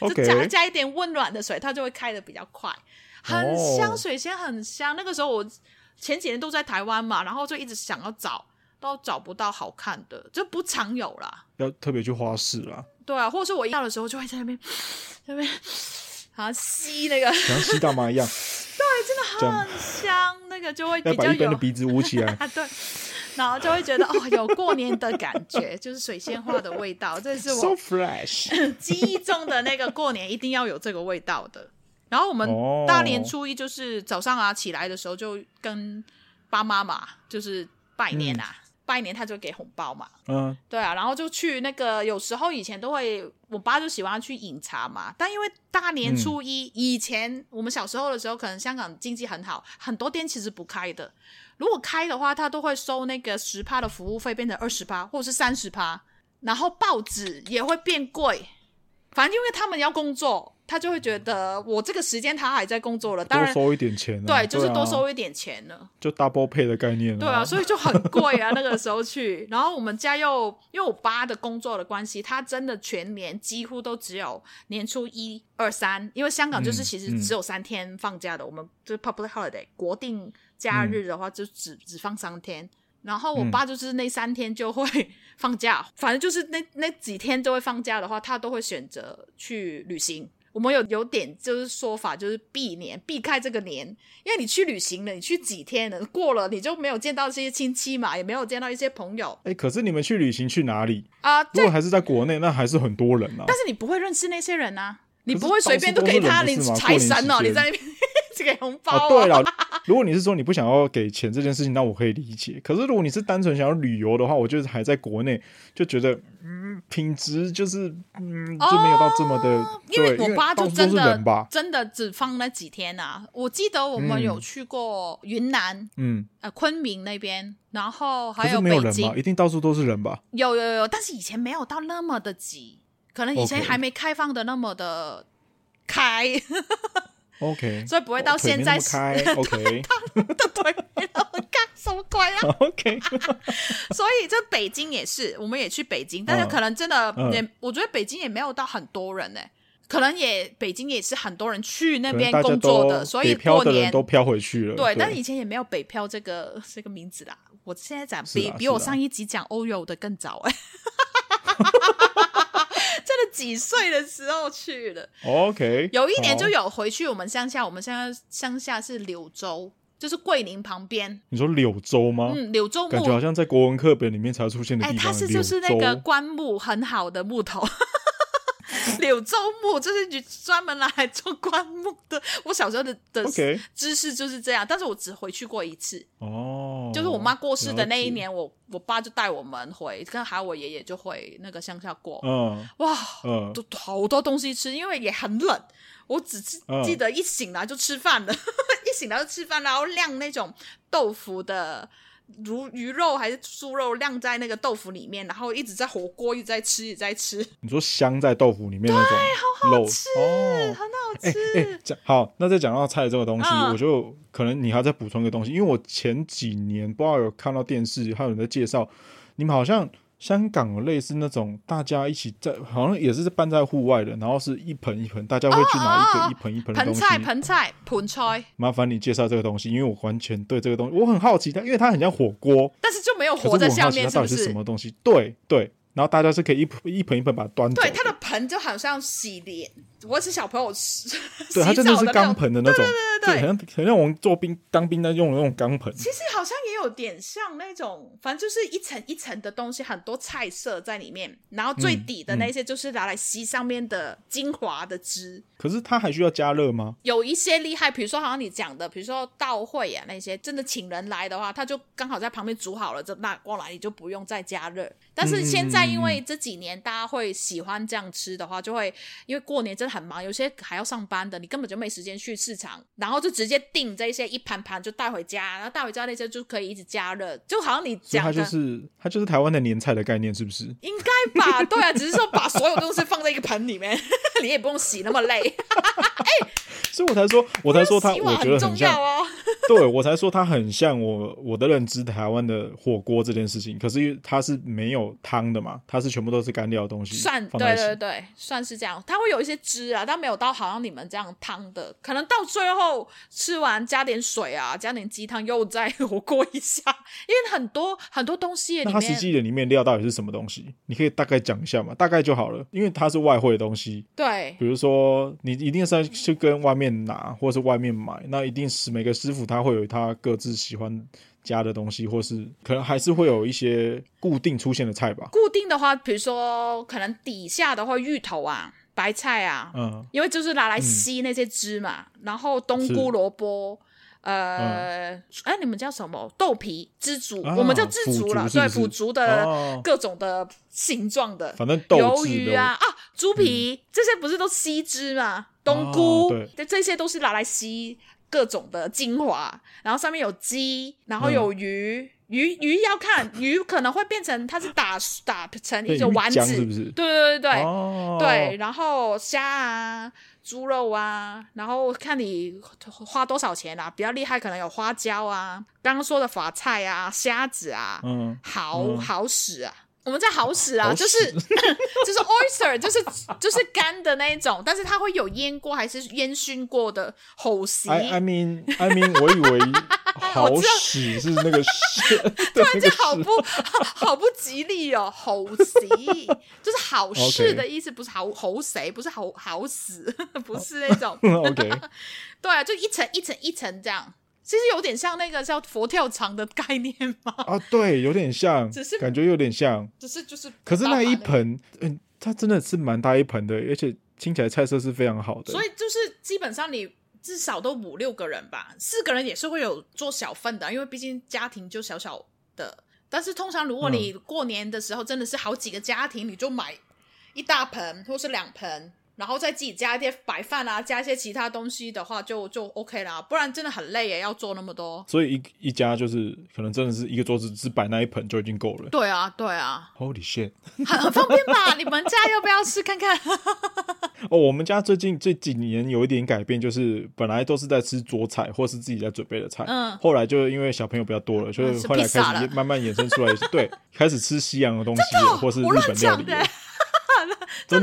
Speaker 2: 就加
Speaker 1: OK，
Speaker 2: 加一点温暖的水，它就会开的比较快。很
Speaker 1: 哦
Speaker 2: 香，水仙很香。那个时候我前几年都在台湾嘛，然后就一直想要找，都找不到好看的，就不常有啦。
Speaker 1: 要特别去花市啦，
Speaker 2: 对啊，或者是我一到的时候就会在那边，在那边，好像吸那个
Speaker 1: 像吸大麻一 样，这样
Speaker 2: 很香，那个就会
Speaker 1: 要
Speaker 2: 比
Speaker 1: 把
Speaker 2: 较
Speaker 1: 一边
Speaker 2: 有
Speaker 1: 的鼻子捂起来。
Speaker 2: 啊，对，然后就会觉得哦，有过年的感觉， 就是水仙花的味道，这是
Speaker 1: So
Speaker 2: 我
Speaker 1: fresh，
Speaker 2: 记忆中的那个过年一定要有这个味道的。然后我们
Speaker 1: 哦
Speaker 2: 大年初一就是早上啊起来的时候就跟爸妈嘛，就是拜年啊，拜年他就给红包嘛，
Speaker 1: 嗯，
Speaker 2: 对啊，然后就去那个，有时候以前都会，我爸就喜欢去饮茶嘛。但因为大
Speaker 1: 嗯
Speaker 2: 年初一，以前我们小时候的时候，可能香港经济很好，很多店其实不开的。如果开的话，他都会收那个十趴的服务费，变成二十趴或者是三十趴，然后报纸也会变贵。反正因为他们要工作，他就会觉得我这个时间他还在工作了，当
Speaker 1: 多
Speaker 2: 然
Speaker 1: 收一点钱啊，
Speaker 2: 对，就是多
Speaker 1: 啊
Speaker 2: 收一点钱了。
Speaker 1: 就 double pay 的概念
Speaker 2: 对啊，
Speaker 1: 以
Speaker 2: 所以就很贵啊，那个时候去。然后我们家又因为我爸的工作的关系，他真的全年几乎都只有年初一、二、三，因为香港就是
Speaker 1: 嗯
Speaker 2: 其实
Speaker 1: 嗯
Speaker 2: 只有三天放假的，我们就是 public holiday 国定假日的话就只、只放三天。然后我
Speaker 1: 嗯
Speaker 2: 爸就是那三天就会放假，反正就是那那几天就会放假的话，他都会选择去旅行。我们有有点就是说法，就是避年避开这个年，因为你去旅行了，你去几天了，过了你就没有见到这些亲戚嘛，也没有见到一些朋友
Speaker 1: 哎，可是你们去旅行去哪里？
Speaker 2: 啊、
Speaker 1: 如
Speaker 2: 对，
Speaker 1: 果还是在国内，那还是很多人啊。
Speaker 2: 但是你不会认识那些人啊，你
Speaker 1: 可是
Speaker 2: 不会随便都给他，
Speaker 1: 到处
Speaker 2: 你
Speaker 1: 都是人不是吗
Speaker 2: 财神哦，
Speaker 1: 过年期间
Speaker 2: 你在那边 给红包、
Speaker 1: 啊，
Speaker 2: 哦
Speaker 1: 对了，如果你是说你不想要给钱这件事情，那我可以理解。可是如果你是单纯想要旅游的话，我就是还在国内，就觉得嗯，品质就是嗯，就没有到这么的。
Speaker 2: 哦因
Speaker 1: 对
Speaker 2: 为
Speaker 1: 因为
Speaker 2: 我爸
Speaker 1: 到
Speaker 2: 就
Speaker 1: 处都
Speaker 2: 真
Speaker 1: 是
Speaker 2: 的
Speaker 1: 人吧，
Speaker 2: 真的只放那几天啊。我记得我
Speaker 1: 嗯
Speaker 2: 们有去过云南、
Speaker 1: 嗯，
Speaker 2: 呃昆明那边，然后
Speaker 1: 可
Speaker 2: 还
Speaker 1: 是没
Speaker 2: 北
Speaker 1: 有人
Speaker 2: 京
Speaker 1: 吧，，一定到处都是人吧？
Speaker 2: 有有有，但是以前没有到那么的挤，可能以前
Speaker 1: OK
Speaker 2: 还没开放的那么的开。
Speaker 1: OK，
Speaker 2: 所以不会到现在
Speaker 1: 我哦腿没那么开。
Speaker 2: 对，然后干什么鬼啊？
Speaker 1: OK，OK，
Speaker 2: 所以这北京也是，我们也去北京，但是
Speaker 1: 嗯
Speaker 2: 可能真的
Speaker 1: 嗯
Speaker 2: 也，我觉得北京也没有到很多人呢、欸可能也北京也是很多人去那
Speaker 1: 可
Speaker 2: 边
Speaker 1: 能大家
Speaker 2: 工作的，
Speaker 1: 都
Speaker 2: 所
Speaker 1: 北
Speaker 2: 以
Speaker 1: 漂
Speaker 2: 过
Speaker 1: 的
Speaker 2: 年
Speaker 1: 人都飘回去了。
Speaker 2: 对，
Speaker 1: 对，
Speaker 2: 但是以前也没有北漂这个这个名字啦。我现在讲
Speaker 1: 是
Speaker 2: 比
Speaker 1: 啊
Speaker 2: 比
Speaker 1: 是
Speaker 2: 我
Speaker 1: 啊
Speaker 2: 上一集讲欧游的更早 哎、真的几岁的时候去了。
Speaker 1: OK，
Speaker 2: 有一年就
Speaker 1: 好
Speaker 2: 有回去我们乡下，我们乡下乡下是柳州，就是桂林旁边，
Speaker 1: 你说柳州吗？
Speaker 2: 嗯，柳州
Speaker 1: 哦感
Speaker 2: 木
Speaker 1: 觉好像在国文课本里面才出现的
Speaker 2: 哎，
Speaker 1: 地
Speaker 2: 它
Speaker 1: 方。
Speaker 2: 是
Speaker 1: 柳
Speaker 2: 就是那个
Speaker 1: 州
Speaker 2: 棺木很好的木头， 柳州木就是专门拿来做棺木的。我小时候的的
Speaker 1: OK
Speaker 2: 知识就是这样，但是我只回去过一次，
Speaker 1: 哦，
Speaker 2: 就是我妈过世的那一
Speaker 1: 了解，
Speaker 2: 年，我我爸就带我们回，跟还有我爷爷就回那个乡下过。
Speaker 1: 嗯
Speaker 2: 哇，
Speaker 1: 嗯，
Speaker 2: 都好多东西吃，因为也很冷。我只记
Speaker 1: 嗯
Speaker 2: 记得一醒来就吃饭了， 一醒来就吃饭，然后晾那种豆腐的如鱼肉还是猪肉晾在那个豆腐里面，然后一直在火锅，一直在吃，一直在吃，
Speaker 1: 你说香在豆腐里面那种肉
Speaker 2: 吃
Speaker 1: 哦
Speaker 2: 很。好
Speaker 1: 哎
Speaker 2: 吃。
Speaker 1: 哎，讲好，那再讲到菜这个东西，
Speaker 2: 嗯
Speaker 1: 我就可能你还要再补充一个东西，因为我前几年不知道有看到电视，还有人在介绍，你们好像香港有类似那种大家一起在，好像也是搬在户外的，然后是一盆一盆，大家会去
Speaker 2: 哦哦
Speaker 1: 拿
Speaker 2: 哦
Speaker 1: 一个一盆一盆的
Speaker 2: 盆
Speaker 1: 东西，
Speaker 2: 菜，盆菜，盆菜，
Speaker 1: 麻烦你介绍这个东西，因为我完全对这个东西我很好奇，它因为它很像火锅，
Speaker 2: 但是就没有
Speaker 1: 可是
Speaker 2: 活在
Speaker 1: 我很
Speaker 2: 下
Speaker 1: 好奇
Speaker 2: 面，
Speaker 1: 它
Speaker 2: 是
Speaker 1: 到
Speaker 2: 不
Speaker 1: 底是
Speaker 2: 是
Speaker 1: 什？么东西？对对，然后大家是可以一盆一盆一盆把它端走
Speaker 2: 对，它的盆就好像洗脸，我是小朋友洗
Speaker 1: 对，它
Speaker 2: 洗
Speaker 1: 真的
Speaker 2: 澡
Speaker 1: 是
Speaker 2: 的那
Speaker 1: 钢
Speaker 2: 种
Speaker 1: 盆的那种，
Speaker 2: 对对
Speaker 1: 很像很像我们做兵当兵在用的那种钢盆，
Speaker 2: 其实好像也有点像那种，反正就是一层一层的东西，很多菜色在里面，然后最
Speaker 1: 嗯
Speaker 2: 底的那些就是拿来吸上面的精华的汁。
Speaker 1: 可是它还需要加热吗？
Speaker 2: 有一些厉害，比如说好像你讲的，比如说到会啊那些，真的请人来的话，他就刚好在旁边煮好了，就拿过来，你就不用再加热。但是现在因为这几年大家会喜欢这样吃的话，就会因为过年真的很忙，有些还要上班的，你根本就没时间去市场，然后就直接订这些一盘盘就带回家，然后带回家那些就可以一直加热，就好像你
Speaker 1: 所以
Speaker 2: 讲
Speaker 1: 它
Speaker 2: 的。
Speaker 1: 就是它就是台湾的年菜的概念，是不是？
Speaker 2: 应该吧，对啊，只是说把所有东西放在一个盆里面， 你也不用洗那么累。
Speaker 1: 所以我才说，我才说它，
Speaker 2: 洗
Speaker 1: 我
Speaker 2: 碗
Speaker 1: 觉得
Speaker 2: 很
Speaker 1: 很
Speaker 2: 重
Speaker 1: 像
Speaker 2: 要，哦。
Speaker 1: 对我才说它很像我我的认知台湾的火锅这件事情。可是因为它是没有汤的嘛，它是全部都是干掉的东西
Speaker 2: 算
Speaker 1: 放在
Speaker 2: 对
Speaker 1: 一起。
Speaker 2: 对对，算是这样。它会有一些汁啊，但没有到好像你们这样汤的，可能到最后吃完加点水啊，加点鸡汤又再火锅一下，因为很多 很多东西耶
Speaker 1: 那
Speaker 2: 里
Speaker 1: 它实
Speaker 2: 面，
Speaker 1: 际的里面料到底是什么东西？你可以大概讲一下嘛，大概就好了，因为它是外汇的东西，
Speaker 2: 对
Speaker 1: 比如说你一定是要去跟外面拿，或是外面买，那一定是每个师傅他会有他各自喜欢加的东西，或是可能还是会有一些固定出现的菜吧。
Speaker 2: 固定的话，比如说可能底下的话芋头啊、白菜啊，
Speaker 1: 嗯，
Speaker 2: 因为就是拿来吸那些汁嘛，然后冬
Speaker 1: 是
Speaker 2: 菇、萝卜。呃，哎、你们叫什么？豆皮、知竹，
Speaker 1: 啊
Speaker 2: 我们叫知
Speaker 1: 腐
Speaker 2: 竹
Speaker 1: 竹
Speaker 2: 了，
Speaker 1: 是不
Speaker 2: 对，
Speaker 1: 是
Speaker 2: 腐竹的
Speaker 1: 哦
Speaker 2: 各种的形状的，
Speaker 1: 反正豆
Speaker 2: 鱿
Speaker 1: 制
Speaker 2: 鱼
Speaker 1: 的嗯
Speaker 2: 啊啊，猪皮、这些不是都吸汁嘛？冬
Speaker 1: 哦
Speaker 2: 菇，
Speaker 1: 对
Speaker 2: 这这些都是拿来吸各种的精华，然后上面有鸡，然后
Speaker 1: 嗯
Speaker 2: 有鱼，鱼鱼要看鱼可能会变成它是打打成一
Speaker 1: 对
Speaker 2: 种
Speaker 1: 鱼
Speaker 2: 丸子，
Speaker 1: 浆是不是？
Speaker 2: 对对对对、
Speaker 1: 哦，
Speaker 2: 对，，然后虾啊、猪肉啊，然后看你花多少钱啦、啊比较厉害可能有花椒啊，刚刚说的法菜啊、虾子啊，
Speaker 1: 嗯，
Speaker 2: 好
Speaker 1: 嗯
Speaker 2: 好使啊！我们在好使啊，
Speaker 1: 好
Speaker 2: 就
Speaker 1: 使
Speaker 2: 是 就是 oyster，就是就是干的那一种，但是它会有腌过还是烟熏过的吼席。
Speaker 1: I I mean I mean，我以 为好
Speaker 2: 知道
Speaker 1: 屎是那个屎， 对，那
Speaker 2: 这
Speaker 1: 个
Speaker 2: 好
Speaker 1: 屎
Speaker 2: 不 好好不吉利哦，吼席 就是好事
Speaker 1: OK。
Speaker 2: 的意思，不是好吼谁，不是好好死， 不是那种
Speaker 1: OK，
Speaker 2: 对啊，就一层一层一层这样，其实有点像那个叫佛跳墙的概念嘛，
Speaker 1: 啊，对，有点像
Speaker 2: 只是，
Speaker 1: 感觉有点像。
Speaker 2: 只是就是
Speaker 1: 可是
Speaker 2: 不到
Speaker 1: 那一
Speaker 2: 盘的
Speaker 1: 盆，嗯，它真的是蛮大一盆的，而且听起来菜色是非常好的。
Speaker 2: 所以就是基本上你至少都五六个人吧，四个人也是会有做小份的，因为毕竟家庭就小小的。但是通常如果
Speaker 1: 嗯
Speaker 2: 你过年的时候真的是好几个家庭，你就买一大盆或是两盆，然后再自己加一点白饭啊，加一些其他东西的话就就 OK 啦，不然真的很累耶，要做那么多。
Speaker 1: 所以一一家就是可能真的是一个桌子只摆那一盆就已经够了。
Speaker 2: 对啊，对啊，
Speaker 1: Holy shit！
Speaker 2: 很很 方便吧？你们家要不要吃 看看？
Speaker 1: 哦，我们家最近这几年有一点改变，就是本来都是在吃桌菜或是自己在准备的菜，
Speaker 2: 嗯
Speaker 1: 后来就因为小朋友比较多了，所
Speaker 2: 嗯
Speaker 1: 以
Speaker 2: 吃
Speaker 1: 后来
Speaker 2: 披萨
Speaker 1: 开始
Speaker 2: 了哦
Speaker 1: 慢慢衍生出 来，对，开始吃西洋的东西了，或是日
Speaker 2: 我乱
Speaker 1: 本料
Speaker 2: 讲
Speaker 1: 理
Speaker 2: 的
Speaker 1: 了，，
Speaker 2: 真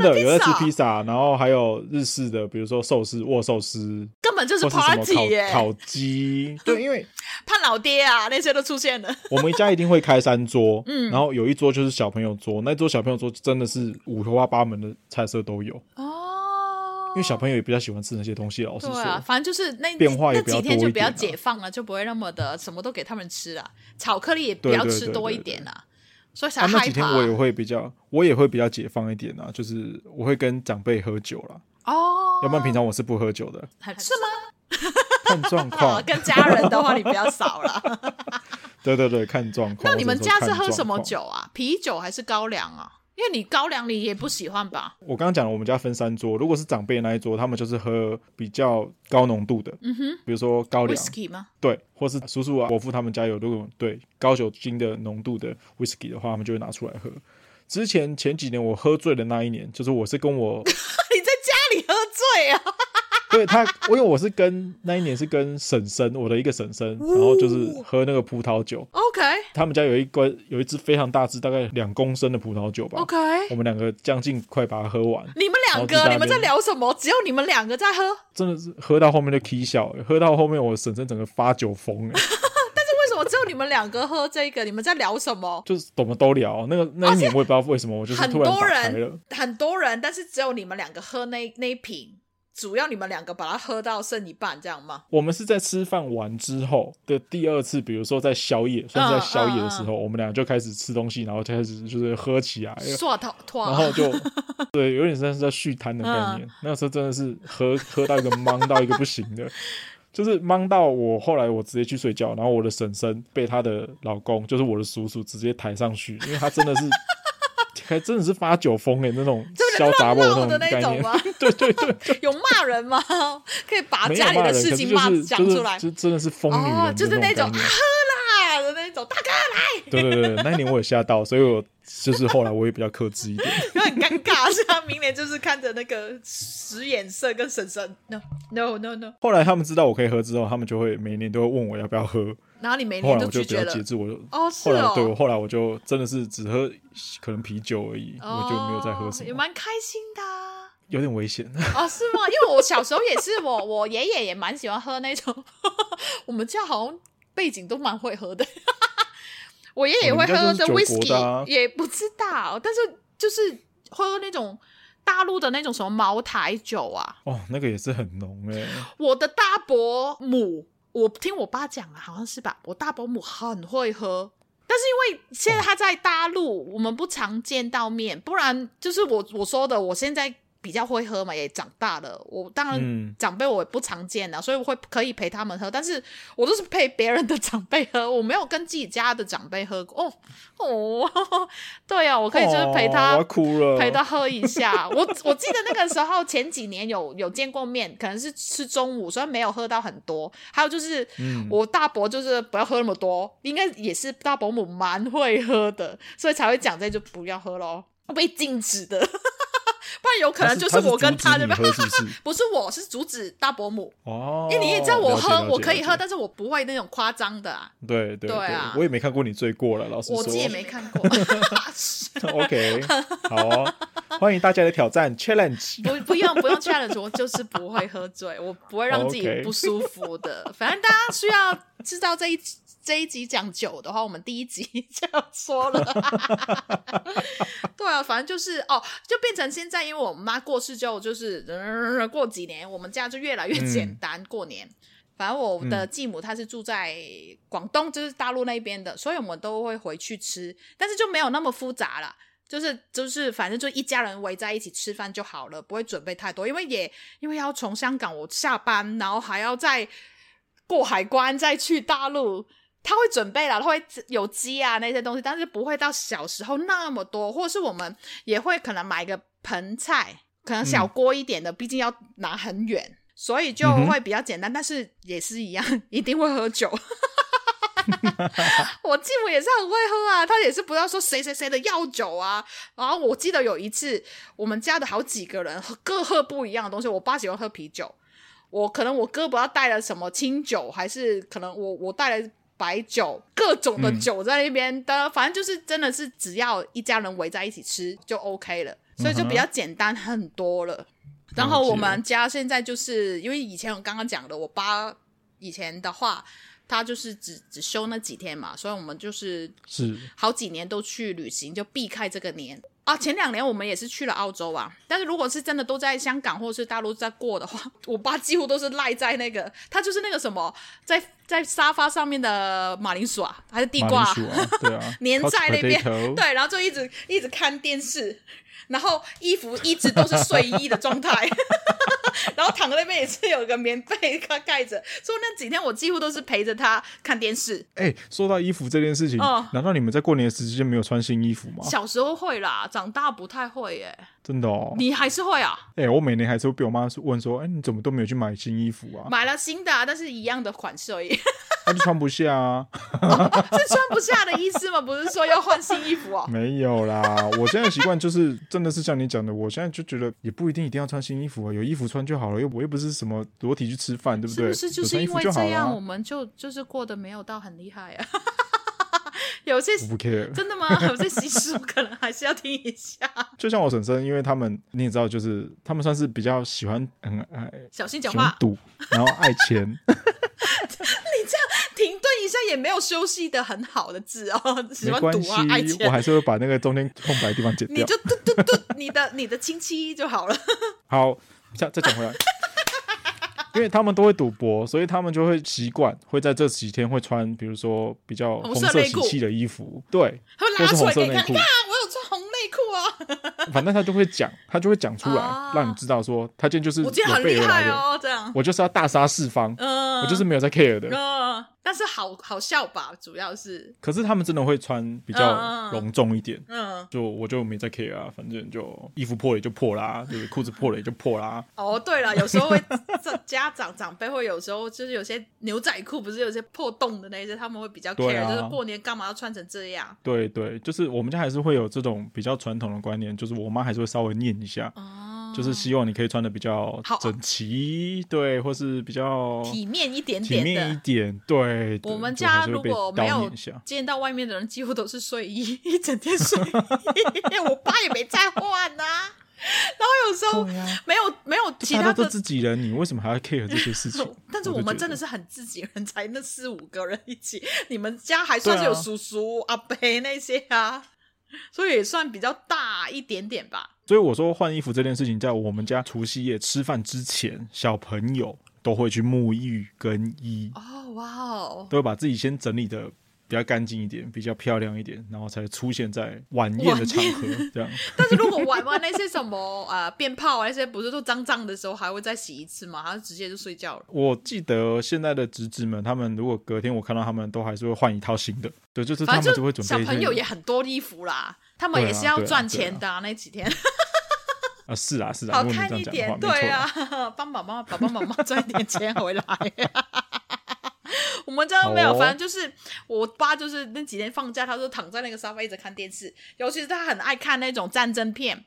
Speaker 1: 真
Speaker 2: 的
Speaker 1: 有在吃
Speaker 2: 披萨
Speaker 1: 披萨，然后还有日式的，比如说寿司、握寿司，
Speaker 2: 根本就是
Speaker 1: 或是什
Speaker 2: party 耶
Speaker 1: 么，烤烤 鸡，对，因为
Speaker 2: 胖老爹啊那些都出现了。
Speaker 1: 我们家一定会开三桌，
Speaker 2: 嗯
Speaker 1: 然后有一桌就是小朋友桌，那一桌小朋友桌真的是五花八门的菜色都有，
Speaker 2: 哦，
Speaker 1: 因为小朋友也比较喜欢吃那些东西，老实
Speaker 2: 对
Speaker 1: 说，
Speaker 2: 啊，反正就是那
Speaker 1: 变化
Speaker 2: 那
Speaker 1: 也比较
Speaker 2: 几天
Speaker 1: 多
Speaker 2: 就
Speaker 1: 一
Speaker 2: 比较
Speaker 1: 点啊
Speaker 2: 解放了，就不会那么的什么都给他们吃了，巧克力也比
Speaker 1: 对
Speaker 2: 较
Speaker 1: 对
Speaker 2: 吃
Speaker 1: 对
Speaker 2: 多一
Speaker 1: 对对
Speaker 2: 点啊，所以才
Speaker 1: 啊，那
Speaker 2: 害
Speaker 1: 几天
Speaker 2: 怕
Speaker 1: 我也会比较，我也会比较解放一点啊，就是我会跟长辈喝酒啦，
Speaker 2: 哦，
Speaker 1: 要不然平常我是不喝酒的，
Speaker 2: 很是吗？
Speaker 1: 看状
Speaker 2: 哦
Speaker 1: 况，
Speaker 2: 跟家人的话你比较 少了。
Speaker 1: 对对对，看状况。
Speaker 2: 那你们
Speaker 1: 我只能说
Speaker 2: 家是喝
Speaker 1: 看
Speaker 2: 什
Speaker 1: 状
Speaker 2: 么
Speaker 1: 况？
Speaker 2: 酒啊？啤酒还是高粱啊？因为你高粱你也不喜欢吧？
Speaker 1: 我刚刚讲了，我们家分三桌，如果是长辈那一桌，他们就是喝比较高浓度的，
Speaker 2: 嗯哼
Speaker 1: 比如说高粱，
Speaker 2: ，whisky 吗？
Speaker 1: 对，或是叔叔啊、伯父他们家有如果对高酒精的浓度的 whisky 的话，他们就会拿出来喝。之前前几年我喝醉的那一年，就是我是跟 我
Speaker 2: 你在家里喝醉啊？
Speaker 1: 对他，因为我是跟那一年是跟婶婶，我的一个婶婶，然后就是
Speaker 2: 哦
Speaker 1: 喝那个葡萄酒，
Speaker 2: OK
Speaker 1: 他们家有一罐有一支非常大支，大概两公升的葡萄酒吧
Speaker 2: OK，
Speaker 1: 我们两个将近快把它喝完，
Speaker 2: 你们
Speaker 1: 然后
Speaker 2: 两
Speaker 1: 就在
Speaker 2: 个
Speaker 1: 那
Speaker 2: 你们在
Speaker 1: 边
Speaker 2: 聊什么？只有你们两个在喝。
Speaker 1: 真的是喝到后面就 k 笑，喝到后面我婶婶整个发酒疯了，
Speaker 2: 为什么只有你们两个喝这个？你们在聊什么？
Speaker 1: 就是怎么都聊。那个那一年我也不知道为什么，我就是
Speaker 2: 很
Speaker 1: 突然
Speaker 2: 多
Speaker 1: 打开了
Speaker 2: 人，，很多人，但是只有你们两个喝那那一瓶，主要你们两个把它喝到剩一半，这样吗？
Speaker 1: 我们是在吃饭完之后的第二次，比如说在宵
Speaker 2: 嗯
Speaker 1: 夜，算是在宵夜的时候，我们俩就开始吃东西，然后就开始就是喝起来，
Speaker 2: 刷头拖，
Speaker 1: 哎然后就 对，有点像是在续摊的概
Speaker 2: 嗯
Speaker 1: 念。那时候真的是喝喝到一个懵到一个不行 的，就是懵到我后来我直接去睡觉，然后我的婶婶被她的老公，就是我的叔叔直接抬上去，因为她真的是 还真的是发酒疯哎、那 种
Speaker 2: 就
Speaker 1: 小
Speaker 2: 是
Speaker 1: 杂货
Speaker 2: 闹闹
Speaker 1: 种
Speaker 2: 的那
Speaker 1: 概
Speaker 2: 种
Speaker 1: 念
Speaker 2: 吗，
Speaker 1: 对对对，
Speaker 2: 有骂人吗？可以把
Speaker 1: 没
Speaker 2: 啊家
Speaker 1: 有
Speaker 2: 里
Speaker 1: 骂
Speaker 2: 的
Speaker 1: 人，可
Speaker 2: 事
Speaker 1: 是
Speaker 2: 情
Speaker 1: 就
Speaker 2: 骂
Speaker 1: 是
Speaker 2: 讲
Speaker 1: 就是
Speaker 2: 出来，
Speaker 1: 就真的是疯女人的
Speaker 2: 哦，就是那
Speaker 1: 种
Speaker 2: 种
Speaker 1: 概
Speaker 2: 喝
Speaker 1: 念。
Speaker 2: 啦的那种，大哥来，
Speaker 1: 对对对，那一年我也吓到，所以我就是后来我也比较克制一点。
Speaker 2: 然后很尴尬， 所以他明年就是看着那个使眼色跟婶婶，no no no no，
Speaker 1: 后来他们知道我可以喝之后，他们就会每年都会问我要不要喝。
Speaker 2: 然后你每
Speaker 1: 后
Speaker 2: 年
Speaker 1: 来
Speaker 2: 都
Speaker 1: 我就
Speaker 2: 拒
Speaker 1: 比
Speaker 2: 绝
Speaker 1: 较
Speaker 2: 了
Speaker 1: 节。制，我就
Speaker 2: 哦，是
Speaker 1: 后来
Speaker 2: 哦，
Speaker 1: 对我后来我就真的是只喝可能啤酒而已，
Speaker 2: 哦
Speaker 1: 我就没有再喝什
Speaker 2: 也
Speaker 1: 么，
Speaker 2: 蛮开心的啊、
Speaker 1: 有点危险。
Speaker 2: 哦，是吗？因为我小时候也是，我我爷爷也蛮喜欢喝那种， 我们家好像背景都蛮会喝的。 我爷爷也会喝
Speaker 1: 哦你们家就是酒国
Speaker 2: whisky，、
Speaker 1: 的啊
Speaker 2: 也不知道，但是就是喝那种大陆的那种什么茅台酒啊。
Speaker 1: 哦，那个也是很浓哎、
Speaker 2: 我的大伯母，我听我爸讲了，好像是吧？我大伯母很会喝，但是因为现在他在大陆，我们不常见到面，不然就是我我说的，我现在比较会喝嘛，也长大了，我当
Speaker 1: 嗯
Speaker 2: 然长辈我也不常见啊了，所以我会可以陪他们喝，但是我都是陪别人的长辈喝，我没有跟自己家的长辈喝过。哦哦， 对啊，我可以就是陪
Speaker 1: 哦
Speaker 2: 他、
Speaker 1: 我要哭了，
Speaker 2: 陪他喝一下。 我我记得那个时候前几年有有见过面，可能是吃中午，所以没有喝到很多。还有就是、
Speaker 1: 嗯
Speaker 2: 我大伯就是不要喝那么多，应该也是大伯母蛮会喝的，所以才会讲这就不要喝咯，被禁止的。 不然有可
Speaker 1: 他
Speaker 2: 能
Speaker 1: 是
Speaker 2: 就是
Speaker 1: 他是
Speaker 2: 我跟
Speaker 1: 阻止
Speaker 2: 他对
Speaker 1: 你
Speaker 2: 吧？
Speaker 1: 喝是不 是？
Speaker 2: 不是我是阻止大伯母，
Speaker 1: 哦，
Speaker 2: 因为你也知道我
Speaker 1: 了解
Speaker 2: 喝我可以，
Speaker 1: 了
Speaker 2: 喝，
Speaker 1: 解了
Speaker 2: 但是我不会那种夸张的啊，
Speaker 1: 解对对
Speaker 2: 对啊
Speaker 1: 我也没看过你醉过了，老实说，
Speaker 2: 我自己也没看 过。
Speaker 1: OK，好哦，欢迎大家来挑战 challenge。
Speaker 2: 不不用不用 challenge，我就是不会喝醉，我不会让自己
Speaker 1: OK
Speaker 2: 不舒服的。反正大家需要知道这一这一集讲酒的话，我们第一集 就说了。对啊，反正就是哦，就变成现在，因为我妈过世之后，就是、呃过几年，我们家就越来越简单、过年。反正我的继母她是住在广东，就是大陆那边的，所以我们都会回去吃，但是就没有那么复杂了。就是就是，反正就一家人围在一起吃饭就好了，不会准备太多，因为也因为要从香港我下班，然后还要再过海关再去大陆，他会准备啦，他会有鸡啊那些东西，但是不会到小时候那么多，或者是我们也会可能买个盆菜，可能小锅一点的，毕竟要拿很远，所以就
Speaker 1: 嗯嗯哼
Speaker 2: 会比较简单，但是也是一样， 一定会喝 酒。我继母也是很会喝啊，她也是不要说谁谁谁的药酒啊。然后我记得有一次，我们家的好几个人喝各喝不一样的东西。我爸喜欢喝啤酒，我可能我哥不知道带了什么清酒，还是可能我我带了白酒，各种的
Speaker 1: 嗯
Speaker 2: 酒在那边的，反正就是真的是只要一家人围在一起吃就 OK 了，所以就比较简单很多了。然后我们家现在就是因为以前我刚刚讲的，我爸以前的话，他就是只只休那几天嘛，所以我们就是
Speaker 1: 是
Speaker 2: 好几年都去旅行，就避开这个年啊。前两年我们也是去了澳洲啊，但是如果是真的都在香港或是大陆在过的话， 我爸几乎都是赖在那个，他就是那个什么，在在沙发上面的马铃薯啊，还是地
Speaker 1: 马
Speaker 2: 瓜、
Speaker 1: 铃
Speaker 2: 啊，
Speaker 1: 薯，啊，对啊
Speaker 2: 粘在那边
Speaker 1: couch potato
Speaker 2: 对，然后就一直一直看电视，然后衣服一直都是睡衣的状态， 然后躺在那边也是有个棉被盖盖着，所以那几天我几乎都是陪着他看电视。
Speaker 1: 哎、说到衣服这件事情，
Speaker 2: 哦
Speaker 1: 难道你们在过年的时间没有穿新衣服吗？
Speaker 2: 小时候会啦，长大不太会耶。
Speaker 1: 真的哦，
Speaker 2: 你还是会啊，
Speaker 1: 哎、我每年还是会被我妈问说，哎、你怎么都没有去买新衣服 啊？
Speaker 2: 买了新的、啊，但是一样的款式而已， 是
Speaker 1: 她就穿不下啊。
Speaker 2: 穿不下的意思吗？不是说要换新衣服 哦。
Speaker 1: 没有啦，我现在的习惯就是真的是像你讲的，我现在就觉得也不一定一定要穿新衣服啊，有衣服穿就好了，又我又不是什么裸体去吃饭，对不
Speaker 2: 是
Speaker 1: 对？
Speaker 2: 不是就
Speaker 1: 有
Speaker 2: 是
Speaker 1: 穿衣
Speaker 2: 因
Speaker 1: 服
Speaker 2: 为
Speaker 1: 就好
Speaker 2: 这
Speaker 1: 了
Speaker 2: 样，我
Speaker 1: 啊。
Speaker 2: 们就就是过得没有到很厉害啊？ 有些
Speaker 1: 我不 care，
Speaker 2: 真的 吗？有些习俗可能还是要听一下，
Speaker 1: 就像我婶婶，因为他们你也知道，就是他们算是比较喜欢很爱
Speaker 2: 小心讲
Speaker 1: 喜欢
Speaker 2: 话。
Speaker 1: 赌，然后爱 钱，
Speaker 2: 停顿一下也没有休息的很好的字哦，喜
Speaker 1: 没
Speaker 2: 欢
Speaker 1: 关
Speaker 2: 赌
Speaker 1: 系
Speaker 2: 啊，爱，
Speaker 1: 我
Speaker 2: 钱，
Speaker 1: 还是会把那个中间空白的地方剪
Speaker 2: 你
Speaker 1: 掉。
Speaker 2: 就嘟嘟嘟，你的你的亲戚就好了。
Speaker 1: 好，再再讲回来，因为他们都会赌博，所以他们就会习惯会在这几天会穿，比如说比较
Speaker 2: 红
Speaker 1: 红
Speaker 2: 色
Speaker 1: 色
Speaker 2: 内
Speaker 1: 喜
Speaker 2: 裤啊
Speaker 1: 气的衣服，对，
Speaker 2: 他们
Speaker 1: 或
Speaker 2: 拉
Speaker 1: 是
Speaker 2: 出
Speaker 1: 红
Speaker 2: 来给
Speaker 1: 色
Speaker 2: 你
Speaker 1: 内
Speaker 2: 看，
Speaker 1: 裤
Speaker 2: 你看，我有穿红内裤啊，
Speaker 1: 反正他就会讲，他就会讲出来，
Speaker 2: 啊
Speaker 1: 让你知道说他今天就是
Speaker 2: 我今天
Speaker 1: 有
Speaker 2: 很
Speaker 1: 备
Speaker 2: 厉
Speaker 1: 而来
Speaker 2: 害
Speaker 1: 的，
Speaker 2: 哦，这样，
Speaker 1: 我就是要大杀四方，
Speaker 2: 嗯，
Speaker 1: 我就是没有在 care 的。
Speaker 2: 嗯，但是好好笑吧，主要是，
Speaker 1: 可是他们真的会穿比
Speaker 2: 嗯嗯
Speaker 1: 较
Speaker 2: 嗯
Speaker 1: 隆重一点，
Speaker 2: 嗯，
Speaker 1: 就我就没在 care 啊，反正就衣服破了也就破啦，对不对？裤子破了也就破啦。
Speaker 2: 哦，对了，有时候会这家长长辈会有时候就是有些牛仔裤不是有些破洞的那些，他们会比较
Speaker 1: 对
Speaker 2: care，、
Speaker 1: 啊
Speaker 2: 就是过年干嘛要穿成这样？
Speaker 1: 对对，就是我们家还是会有这种比较传统的观念，就是我妈还是会稍微念一下，
Speaker 2: 哦，
Speaker 1: 就是希望你可以穿的比较
Speaker 2: 好
Speaker 1: 整齐，对，或是比较
Speaker 2: 体面一点
Speaker 1: 哦体
Speaker 2: 点
Speaker 1: 面一
Speaker 2: 的。
Speaker 1: 点，对。对
Speaker 2: 我们
Speaker 1: 就还
Speaker 2: 家
Speaker 1: 是
Speaker 2: 如
Speaker 1: 会被
Speaker 2: 果没
Speaker 1: 叨
Speaker 2: 有
Speaker 1: 念一下，
Speaker 2: 见到外面的人，几乎都是睡衣，一整天睡衣，我爸也没再换呐、然后有时候
Speaker 1: 对呀，
Speaker 2: 没有没有其
Speaker 1: 大家
Speaker 2: 他
Speaker 1: 都
Speaker 2: 的？
Speaker 1: 是自己人，你为什么还要 care 这些事情
Speaker 2: 但是
Speaker 1: 我
Speaker 2: 我
Speaker 1: 就
Speaker 2: 们
Speaker 1: 觉
Speaker 2: 真的
Speaker 1: 得
Speaker 2: 是很自己人，才那四五个人一起。你们家还算是
Speaker 1: 对啊
Speaker 2: 有叔叔、阿伯那些啊，所以也算比较大一点点吧。
Speaker 1: 所以我说换衣服这件事情，在我们家除夕夜吃饭之前，小朋友都会去沐浴更衣，
Speaker 2: 哦，哇哦，
Speaker 1: 都会把自己先整理的比较干净一点，比较漂亮一点，然后才出现在晚宴的场合
Speaker 2: 晚。
Speaker 1: 这样，
Speaker 2: 但是如果 玩玩那些什么呃鞭炮啊那些，不是都脏脏的时候还会再洗一次吗？还是直接就睡觉了？
Speaker 1: 我记得现在的侄子们，他们如果隔天我看到他们，都还是会换一套新的。对，就是他
Speaker 2: 反
Speaker 1: 们
Speaker 2: 正
Speaker 1: 就会
Speaker 2: 就
Speaker 1: 准备
Speaker 2: 小朋友
Speaker 1: 一些
Speaker 2: 也很多衣服啦，他们
Speaker 1: 对啊
Speaker 2: 也是要
Speaker 1: 对啊
Speaker 2: 赚
Speaker 1: 对啊
Speaker 2: 钱的、啊那几天
Speaker 1: 啊，是啊是啊，
Speaker 2: 好
Speaker 1: 如果你
Speaker 2: 看
Speaker 1: 这
Speaker 2: 一
Speaker 1: 样讲的话，
Speaker 2: 点，
Speaker 1: 没错
Speaker 2: 对
Speaker 1: 啦。
Speaker 2: 啊， 帮爸妈爸爸妈妈赚一点钱回来。 我们家都没有，
Speaker 1: 好哦
Speaker 2: 反正就是我爸，就是那几天放假，他就躺在那个沙发一直看电视，尤其是他很爱看那种战争片。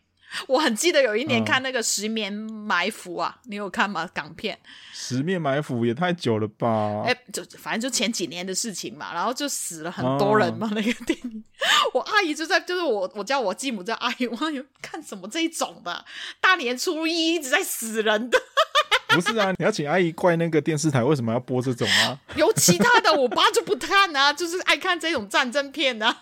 Speaker 2: 我很记得有一年
Speaker 1: 嗯
Speaker 2: 看那个《十年埋伏》啊，你有看吗？港片，
Speaker 1: 十面埋伏也太久了吧？
Speaker 2: 哎、就反正就前几年的事情嘛，然后就死了很多人
Speaker 1: 哦
Speaker 2: 嘛，那个电影。我阿姨就在，就是我，我叫我继母叫阿姨，我阿姨看什么这一种的，大年初一一直在死人的，
Speaker 1: 不是啊，你要请阿姨怪那个电视台为什么要播这种啊？
Speaker 2: 有其他的我爸就不看啊，就是爱看这种战争片啊。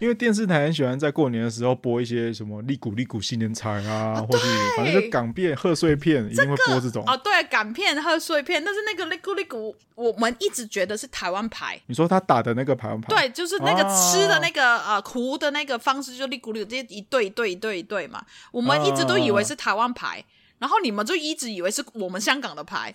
Speaker 1: 因为电视台很喜欢在过年的时候播一些什么利古利古新年彩啊，或是反正就港片贺岁片一定会播这种。
Speaker 2: 哦，对，港片、贺岁片，但是那个利咕利咕，我们一直觉得是台湾牌。
Speaker 1: 你说他打的那个排行榜，
Speaker 2: 对，就是那个吃的
Speaker 1: 哦
Speaker 2: 那个、呃糊的那个方式，就利咕利咕这一对一对一对一对嘛，我们一直都以为是台湾牌，然后你们就一直以为是我们香港的牌，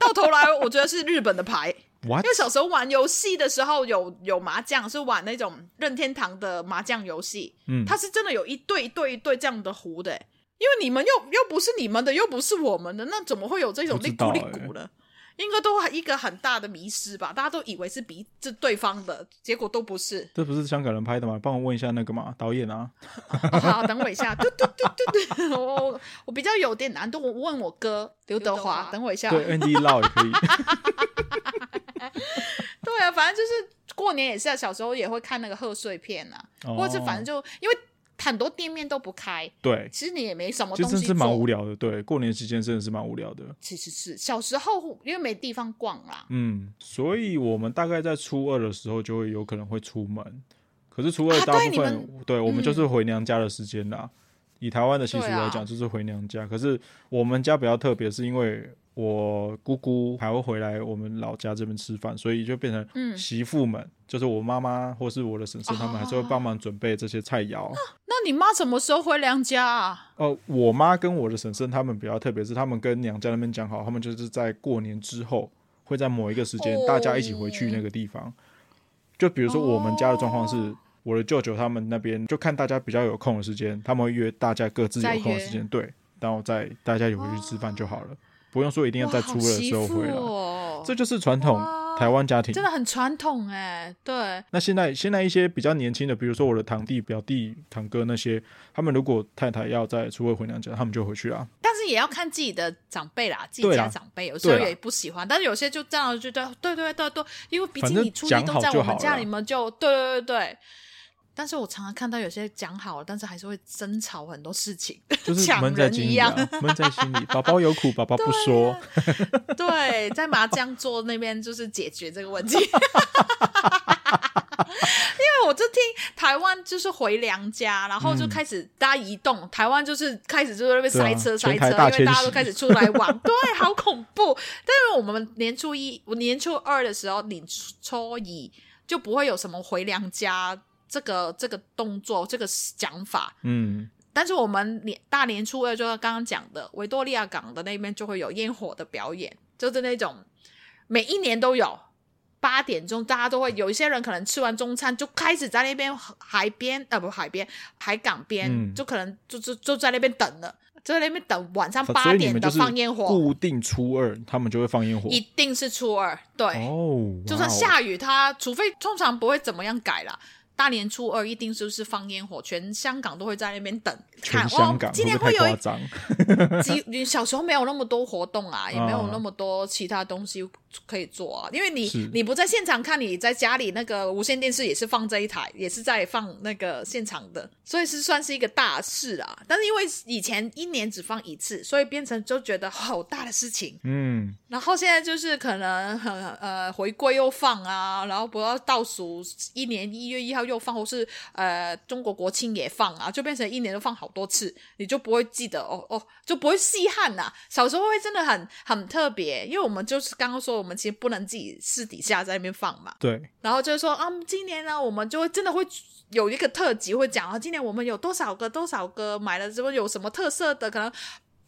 Speaker 2: 到头来我觉得是日本的牌。
Speaker 1: ，what？
Speaker 2: 因为小时候玩游戏的时候有有麻将，是玩那种任天堂的麻将游戏，
Speaker 1: 嗯，
Speaker 2: 它是真的有一对一对一对这样的胡的欸、因为你们又又不是你们的，又不是我们的，那怎么会有这种
Speaker 1: 不
Speaker 2: 利
Speaker 1: 知道
Speaker 2: 咕利
Speaker 1: 欸。
Speaker 2: 咕呢？应该都还一个很大的迷失吧，大家都以为是比这对方的，结果都不是
Speaker 1: 这不是香港人拍的吗？帮我问一下那个嘛导演啊，
Speaker 2: 哦好，等我一下，对对对对对，我我我比较有点难度，我问我哥刘德
Speaker 3: 刘德
Speaker 2: 华
Speaker 3: 华，
Speaker 2: 等我一下。
Speaker 1: 对，ND 哎 Lau 也可 以。
Speaker 2: 对啊，反正就是过年也是啊，小时候也会看那个贺岁片啊，
Speaker 1: 哦
Speaker 2: 或者是反正就因为很多店面都不开，
Speaker 1: 对，
Speaker 2: 其实你也没什么
Speaker 1: 其
Speaker 2: 东
Speaker 1: 实
Speaker 2: 西
Speaker 1: 真
Speaker 2: 做。
Speaker 1: 是蛮无聊的。对，过年期间真的是蛮无聊的。
Speaker 2: 其实是小时候因为没地方逛啦，
Speaker 1: 嗯，所以我们大概在初二的时候就会有可能会出门，可是初二
Speaker 2: 啊
Speaker 1: 大部
Speaker 2: 对你
Speaker 1: 分、
Speaker 2: 们嗯
Speaker 1: 对我们就是回娘家的时间啦。以台湾的习俗
Speaker 2: 对啊
Speaker 1: 来讲，就是回娘家。可是我们家比较特别，是因为我姑姑还会回来我们老家这边吃饭，所以就变
Speaker 2: 嗯哦
Speaker 1: 成媳妇们，就是我妈妈或是我的婶婶，他们还是会帮忙准备这些菜肴。
Speaker 2: 那你妈什么时候回娘家啊？
Speaker 1: 呃，我妈跟我的婶婶他们比较特别，是他们跟娘家那边讲好，他们就是在过年之后会在某一个时间、
Speaker 2: 哦
Speaker 1: 大家一起回去那个地方。就比如说我们家的状况是，
Speaker 2: 哦
Speaker 1: 我的舅舅他们那边就看大家比较有空的时间，他们会约大家各自
Speaker 2: 再
Speaker 1: 有空的
Speaker 2: 约
Speaker 1: 时间，对，然后再大家一起回去吃饭就好了，不用说一定要
Speaker 2: 哇
Speaker 1: 在
Speaker 2: 好
Speaker 1: 初二的时候
Speaker 2: 媳妇
Speaker 1: 回来。
Speaker 2: 哦
Speaker 1: 这就是传统
Speaker 2: 哇
Speaker 1: 台湾家庭
Speaker 2: 真。的很传统哎、对，
Speaker 1: 那现在现在一些比较年轻的，比如说我的堂弟、表弟、堂哥那些，他们如果太太要在初二回娘家，他们就回去啊。
Speaker 2: 但是也要看自己的长辈啦，自己
Speaker 1: 对
Speaker 2: 家
Speaker 1: 啦
Speaker 2: 长辈有时候
Speaker 1: 对啦
Speaker 2: 也不喜欢，但是有些就这样就对对对对对，因为毕
Speaker 1: 反
Speaker 2: 竟
Speaker 1: 正
Speaker 2: 你初一
Speaker 1: 讲
Speaker 2: 都
Speaker 1: 好
Speaker 2: 在
Speaker 1: 就
Speaker 2: 我们
Speaker 1: 好
Speaker 2: 家
Speaker 1: 了
Speaker 2: 里面就，对对对对。但是我常常看到有些讲好了，但是还是会争吵很多事情，
Speaker 1: 就是
Speaker 2: 抢
Speaker 1: 闷在
Speaker 2: 人
Speaker 1: 心
Speaker 2: 一
Speaker 1: 里、
Speaker 2: 样
Speaker 1: 啊。， 闷在心里。宝宝有苦，宝宝不说。
Speaker 2: 啊 对，在 麻将桌那边就是解决这个问题。因为我就听台湾就是回娘家，然后就
Speaker 1: 嗯
Speaker 2: 开始大家移动，台湾就是开始就在那边
Speaker 1: 对啊
Speaker 2: 塞车、
Speaker 1: 全台
Speaker 2: 塞车，
Speaker 1: 大
Speaker 2: 因为大
Speaker 1: 迁
Speaker 2: 家
Speaker 1: 徙
Speaker 2: 都开始出 来玩，对，好恐怖。但是我们年初一、我年初二的时候，年初一就不会有什么回娘家这个这个动作、这个讲法，
Speaker 1: 嗯，
Speaker 2: 但是我们年大年初二，就是刚刚讲的维多利亚港的那边就会有烟火的表演，就是那种每一年都有。八点钟，大家都会有一些人可能吃完中餐就开始在那边海边，呃，不，海边海港边，
Speaker 1: 嗯
Speaker 2: 就可能就就就在那边等了，就在那边等晚上八
Speaker 1: 所以你
Speaker 2: 点
Speaker 1: 们
Speaker 2: 的
Speaker 1: 就是
Speaker 2: 放烟火，
Speaker 1: 固定初二他们就会放烟火
Speaker 2: 一定是初二，对，
Speaker 1: 哦，
Speaker 2: 就算
Speaker 1: 哇哦
Speaker 2: 下雨它，除非通常不会怎么样改啦。大年初二一定就是放烟火，全香港都会在那边等看。
Speaker 1: 全香
Speaker 2: 哦
Speaker 1: 港，
Speaker 2: 今
Speaker 1: 会
Speaker 2: 年
Speaker 1: 不会太
Speaker 2: 有一
Speaker 1: 夸张？
Speaker 2: 几你小时候没有那么多活动啊，也没有那么多其他东西可以做啊，因为你
Speaker 1: 是
Speaker 2: 你不在现场看，你在家里那个无线电视也是放这一台，也是在放那个现场的，所以是算是一个大事啊。但是因为以前一年只放一次，所以变成就觉得好大的事情。
Speaker 1: 嗯，
Speaker 2: 然后现在就是可能很呃回归又放啊，然后不要倒数一年一月一号又放，或是呃中国国庆也放啊，就变成一年都放好多次，你就不会记得哦哦，就不会稀罕呐、小时候会真的很很特别，因为我们就是刚刚说我们其实不能自己私底下在那边放嘛，
Speaker 1: 对，
Speaker 2: 然后就是说啊，今年呢，我们就会真的会有一个特辑，会讲啊，今年我们有多少个多少个买了之后有什么特色的，可能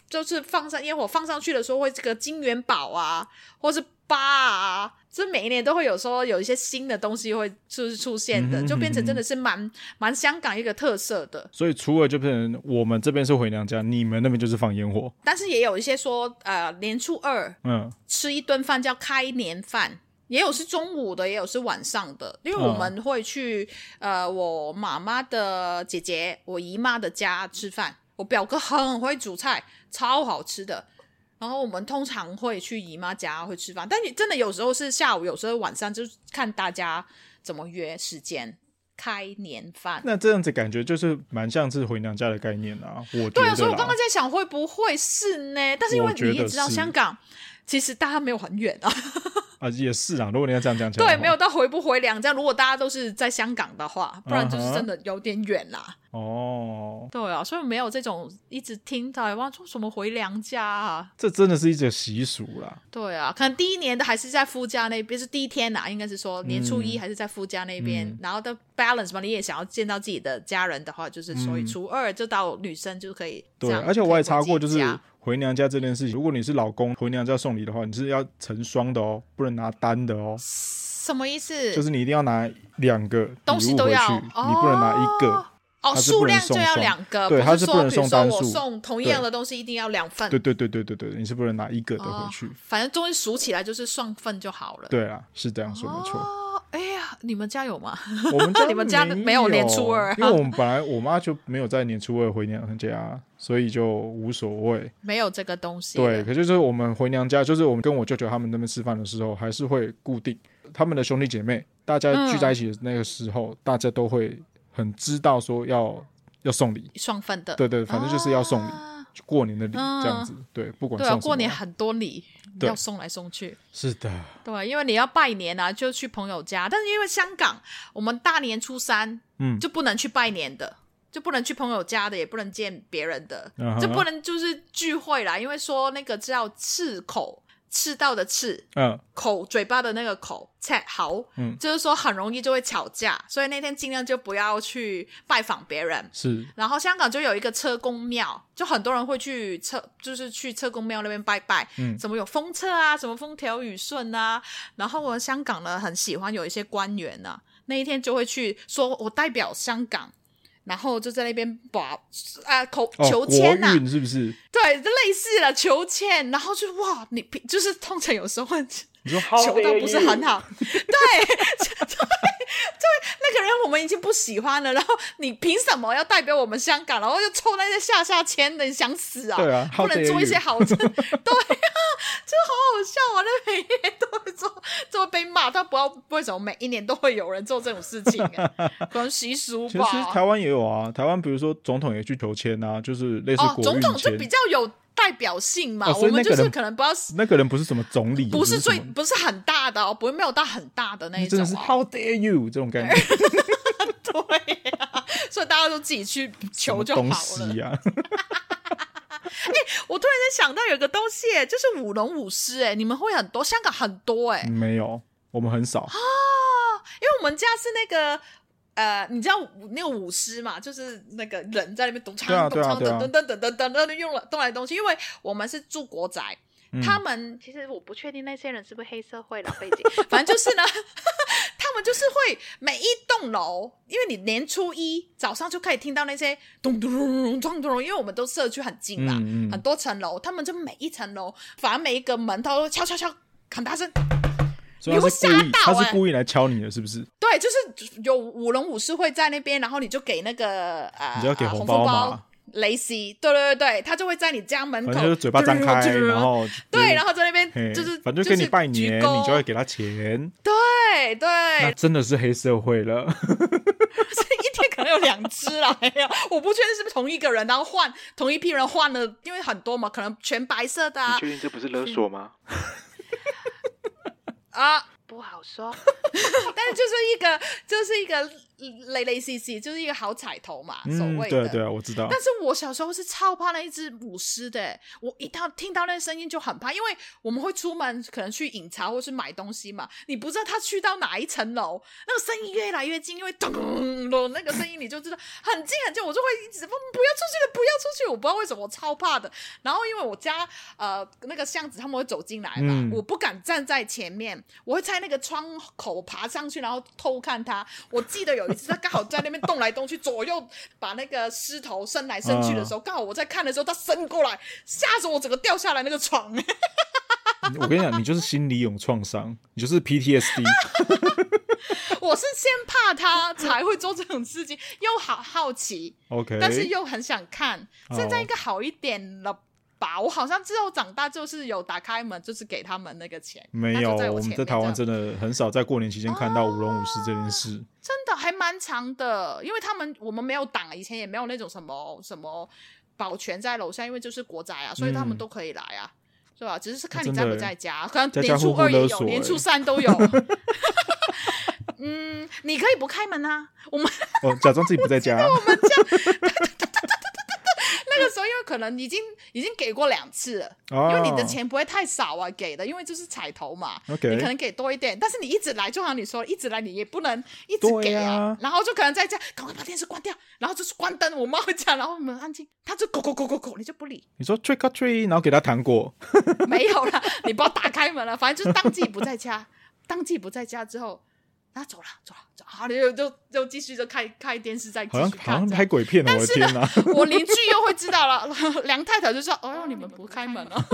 Speaker 2: 就是放上烟火放上去的时候会这个金元宝啊，或是八啊，这每一年都会有说有一些新的东西会就是出现
Speaker 1: 嗯
Speaker 2: 的，
Speaker 1: 哼
Speaker 2: 就变成
Speaker 1: 嗯哼
Speaker 2: 真的是蛮蛮香港一个特色的。
Speaker 1: 所以初二就变成我们这边是回娘家，你们那边就是放烟火。
Speaker 2: 但是也有一些说，呃，年初二
Speaker 1: 嗯，
Speaker 2: 吃一顿饭叫开年饭，也有是中午的，也有是晚上的。因为
Speaker 1: 哦
Speaker 2: 我们会去、呃我妈妈的姐姐、我姨妈的家吃饭，我表哥很会煮菜，超好吃的。然后我们通常会去姨妈家会吃饭，但也真的有时候是下午，有时候晚上，就是看大家怎么约时间开年饭。
Speaker 1: 那这样子感觉就是蛮像是回娘家的概念啊。我觉
Speaker 2: 对啊，所以
Speaker 1: 得
Speaker 2: 我刚
Speaker 1: 啦
Speaker 2: 刚，在想会不会是呢？但是因
Speaker 1: 我
Speaker 2: 为
Speaker 1: 觉
Speaker 2: 你也
Speaker 1: 得
Speaker 2: 知道，
Speaker 1: 是
Speaker 2: 香港其实大家没有很远啊，
Speaker 1: 啊也是啊，如果你要这样讲起来的
Speaker 2: 对，
Speaker 1: 话，
Speaker 2: 没有到回不回娘家。如果大家都是在香港的话，不然就是
Speaker 1: 嗯哼
Speaker 2: 真的有点远啦。
Speaker 1: 哦，
Speaker 2: 对啊，所以没有这种一直听台湾说什么回娘家啊。
Speaker 1: 这真的是一种习俗啦。
Speaker 2: 对啊，可能第一年的还是在夫家那边，是第一天啊呐、应该是说年初一
Speaker 1: 嗯
Speaker 2: 还是在夫家那边，
Speaker 1: 嗯
Speaker 2: 然后的 balance 嘛，你也想要见到自己的家人的话，就是所以
Speaker 1: 嗯
Speaker 2: 初二就到女生就可以这
Speaker 1: 对，
Speaker 2: 样
Speaker 1: 而且我也查过，
Speaker 2: 可
Speaker 1: 就
Speaker 2: 以回自己
Speaker 1: 是
Speaker 2: 家
Speaker 1: 回娘家这件事情，如果你是老公回娘家送礼的话，你是要成双的哦，不能拿单的哦，
Speaker 2: 什么意思？
Speaker 1: 就是你一定要拿两个礼物
Speaker 2: 东
Speaker 1: 回去，
Speaker 2: 西都要，
Speaker 1: 你不能拿一个。
Speaker 2: 哦哦，
Speaker 1: 它是
Speaker 2: 数
Speaker 1: 不能
Speaker 2: 量
Speaker 1: 送
Speaker 2: 就要
Speaker 1: 双
Speaker 2: 两个，
Speaker 1: 对
Speaker 2: 不
Speaker 1: 它
Speaker 2: 是
Speaker 1: 是不
Speaker 2: 说，
Speaker 1: 能
Speaker 2: 比如
Speaker 1: 送
Speaker 2: 说
Speaker 1: 单
Speaker 2: 我
Speaker 1: 数
Speaker 2: 送同样的东西一定要两份，
Speaker 1: 对对对对对对，你是不能拿一个的
Speaker 2: 哦
Speaker 1: 回去。
Speaker 2: 反正终于数起来就是双份就好了。，
Speaker 1: 对啊，是这样说没错。
Speaker 2: 哦，哎呀，你们家有吗？
Speaker 1: 我们家
Speaker 2: 你们家没有年初二啊
Speaker 1: 因为我们本来我妈就没有在年初二回娘家，所以就无所谓。
Speaker 2: 没有这个东西。
Speaker 1: 对，，可就是我们回娘家，就是我们跟我舅舅他们那边吃饭的时候，还是会固定他们的兄弟姐妹，大家聚在一起的那个时候，大家都会很知道说要要送礼。
Speaker 2: 双份的。
Speaker 1: 对对，反正就是要送礼，
Speaker 2: 啊
Speaker 1: 就过年的礼
Speaker 2: 嗯
Speaker 1: 这样子。对，不管
Speaker 2: 对
Speaker 1: 送
Speaker 2: 啊，
Speaker 1: 什么
Speaker 2: 过年很多礼
Speaker 1: 对
Speaker 2: 要送来送去。
Speaker 1: 是的，
Speaker 2: 对，因为你要拜年啊，就去朋友家。但是因为香港，我们大年初三
Speaker 1: 嗯，
Speaker 2: 就不能去拜年的，就不能去朋友家的，也不能见别人的
Speaker 1: 嗯哼
Speaker 2: 就不能就是聚会啦。因为说那个叫赤口，赤道的赤，
Speaker 1: 嗯
Speaker 2: 口嘴巴的那个口，切好，
Speaker 1: 嗯
Speaker 2: 就是说很容易就会吵架，所以那天尽量就不要去拜访别人。
Speaker 1: 是
Speaker 2: 然后香港就有一个车公庙，就很多人会去车，就是去车公庙那边拜拜，
Speaker 1: 嗯
Speaker 2: 什么有风车啊，什么风调雨顺啊。然后我香港呢很喜欢有一些官员呢、那一天就会去说，我代表香港，然后就在那边把啊口
Speaker 1: 哦，
Speaker 2: 求
Speaker 1: 国
Speaker 2: 签啊呐、
Speaker 1: 运是不是？
Speaker 2: 对，就类似的求签，然后就哇，你就是通常有时候会
Speaker 1: 你说哎
Speaker 2: 求到不是很好，对对对，那个人我们已经不喜欢了，然后你凭什么要代表我们香港，然后又抽那些下下签的，你想死啊？
Speaker 1: 对啊
Speaker 2: 不
Speaker 1: how
Speaker 2: 能
Speaker 1: dare
Speaker 2: 做一些
Speaker 1: you
Speaker 2: 好 事，对啊，就好好笑啊！那每一年都会做，就会被骂，但不知道为什么每一年都会有人做这种事情、欸，可能习俗
Speaker 1: 其实台
Speaker 2: 吧。
Speaker 1: 湾也有啊，台湾比如说总统也去求签啊，就是类似
Speaker 2: 哦，
Speaker 1: 国
Speaker 2: 总
Speaker 1: 运
Speaker 2: 统就
Speaker 1: 签。
Speaker 2: 比较有代表性嘛，
Speaker 1: 哦
Speaker 2: 我
Speaker 1: 所以
Speaker 2: 们
Speaker 1: 那个
Speaker 2: 就是
Speaker 1: 人
Speaker 2: 可能不要。
Speaker 1: 那个人不是什么总理，
Speaker 2: 不是
Speaker 1: 什
Speaker 2: 最
Speaker 1: 么
Speaker 2: 不是很大的哦，不会没有到很大的那一
Speaker 1: 你
Speaker 2: 种、
Speaker 1: 真
Speaker 2: 哦，
Speaker 1: 的是 How dare you 这种感觉，
Speaker 2: 对啊，所以大家都自己去
Speaker 1: 什
Speaker 2: 求
Speaker 1: 么
Speaker 2: 就好
Speaker 1: 东
Speaker 2: 了
Speaker 1: 西。啊呀、
Speaker 2: 我突然间想到有个东西耶，就是舞龙舞狮，哎，你们会很多，香港很多，哎、
Speaker 1: 没有，我们很少。
Speaker 2: 啊，因为我们家是那个。呃，你知道那个舞狮嘛？就是那个人在那边咚
Speaker 1: 对啊
Speaker 2: 锵
Speaker 1: 对
Speaker 2: 咚
Speaker 1: 啊
Speaker 2: 锵
Speaker 1: 对啊
Speaker 2: 噔噔噔噔噔噔噔，用了动来动去。因为我们是住国宅，
Speaker 1: 嗯
Speaker 2: 他们
Speaker 3: 其实我不确定那些人是不是黑社会老背 景，
Speaker 2: 反正就是呢，他们就是会每一栋楼，因为你年初一早上就可以听到那些咚咚咚咚咚咚，因为我们都社区很近啦，
Speaker 1: 嗯嗯
Speaker 2: 很多层楼，他们就每一层楼，反正每一个门他都敲敲敲，很大声。
Speaker 1: 所以他是故
Speaker 2: 你
Speaker 1: 意
Speaker 2: 会，吓到
Speaker 1: 他
Speaker 2: 欸
Speaker 1: 是故意来敲你的，是不是？
Speaker 2: 对，就是有舞龙舞狮会在那边，然后你就给那个呃，
Speaker 1: 你就要给
Speaker 2: 呃
Speaker 1: 红
Speaker 2: 红
Speaker 1: 包
Speaker 2: 包
Speaker 1: 嘛
Speaker 2: 雷西，对对对对，他就会在你家门口，
Speaker 1: 反正就是嘴巴张开，
Speaker 2: 嘟嘟嘟嘟
Speaker 1: 然后
Speaker 2: 对，然后在那
Speaker 1: 嘿
Speaker 2: 边就是
Speaker 1: 反正就跟你拜
Speaker 2: 是
Speaker 1: 年，
Speaker 2: 鞠躬
Speaker 1: 你就会给他钱，
Speaker 2: 对对，
Speaker 1: 那真的是黑社会了。
Speaker 2: 一天可能有两只啦，没有，我不确定是不是同一个人，然后换同一批人换了，因为很多嘛，可能全白色的啊
Speaker 4: 你确定这不是勒索 吗？
Speaker 2: 啊，
Speaker 3: 不好说。
Speaker 2: 但是就是一个就是一个累累兮兮，就是一个好彩头嘛，所
Speaker 1: 嗯，
Speaker 2: 谓的。
Speaker 1: 对对啊，我知道
Speaker 2: 但。是我小时候是超怕那一只舞狮的，欸我一到听到那声音就很怕，因为我们会出门，可能去饮茶或是买东西嘛，你不知道它去到哪一层楼，那个声音越来越近，因为咚咚那个声音你就知道很近很近，我就会一直不不要出去了，不要出去，我不知道为什么我超怕的。然后因为我家呃那个巷子他们会走进来嘛，
Speaker 1: 嗯
Speaker 2: 我不敢站在前面，我会在那个窗口爬上去，然后偷看他。我记得有一次他刚好在那边动来动去， 左右把那个狮头伸来伸去的
Speaker 1: 嗯
Speaker 2: 时候，刚好我在看的时候，他伸过来，吓死我，整个掉下来那个床。
Speaker 1: 我跟你讲，你就是心理有创伤，你就是 PTSD。
Speaker 2: 我是先怕他才会做这种事情，又好好奇，
Speaker 1: OK，
Speaker 2: 但是又很想看。
Speaker 1: 哦
Speaker 2: 现在应该好一点了吧？我好像之后长大就是有打开门，就是给他们那个钱。
Speaker 1: 没
Speaker 2: 那
Speaker 1: 有，
Speaker 2: 就在
Speaker 1: 我们
Speaker 2: 前面
Speaker 1: 在台湾
Speaker 2: 这样啊
Speaker 1: 真的很少在过年期间看到舞龙舞狮这件事。
Speaker 2: 真的还蛮长的，因为他们我们没有党，以前也没有那种什么什么保全在楼下，因为就是国宅啊，所以他们
Speaker 1: 嗯
Speaker 2: 都可以来啊。对吧？只是看
Speaker 1: 啊
Speaker 2: 你
Speaker 1: 真
Speaker 2: 在
Speaker 1: 的
Speaker 2: 不
Speaker 1: 欸
Speaker 2: 在家，可能
Speaker 1: 家
Speaker 2: 年
Speaker 1: 家
Speaker 2: 初
Speaker 1: 户户
Speaker 2: 二也
Speaker 1: 勒
Speaker 2: 有，
Speaker 1: 索
Speaker 2: 年
Speaker 1: 欸
Speaker 2: 初三都 有。嗯，你可以不开门啊，我们
Speaker 1: 哦，假装自己不在 家，
Speaker 2: 那个时候因为可能已经已经给过两次了，
Speaker 1: 哦
Speaker 2: 因为你的钱不会太少啊，给的，因为就是彩头嘛
Speaker 1: OK
Speaker 2: 你可能给多一点，但是你一直来，就好像你说一直来，你也不能一直
Speaker 1: 对
Speaker 2: 给
Speaker 1: 啊
Speaker 2: 然后就可能在家赶快把电视关掉，然后就是关灯，我妈会这样，然后我们啊安静，她就狗狗狗狗狗，你就不理，
Speaker 1: 你说 trick or treat，然后给他糖果，
Speaker 2: 没有了， 你不要打开门了，反正就是当自己不在家，当自己不在家之后。然后走了，走了，走了，好，就就就继续就开开电视再继
Speaker 1: 好像
Speaker 2: 续
Speaker 1: 好
Speaker 2: 看
Speaker 1: 像
Speaker 2: 这样。
Speaker 1: 拍鬼片了，我
Speaker 2: 但
Speaker 1: 的
Speaker 2: 是
Speaker 1: 天
Speaker 2: 呢
Speaker 1: 哪！，
Speaker 2: 我邻居又会知道了。 梁太太就说：“哦，你们不开门哦。”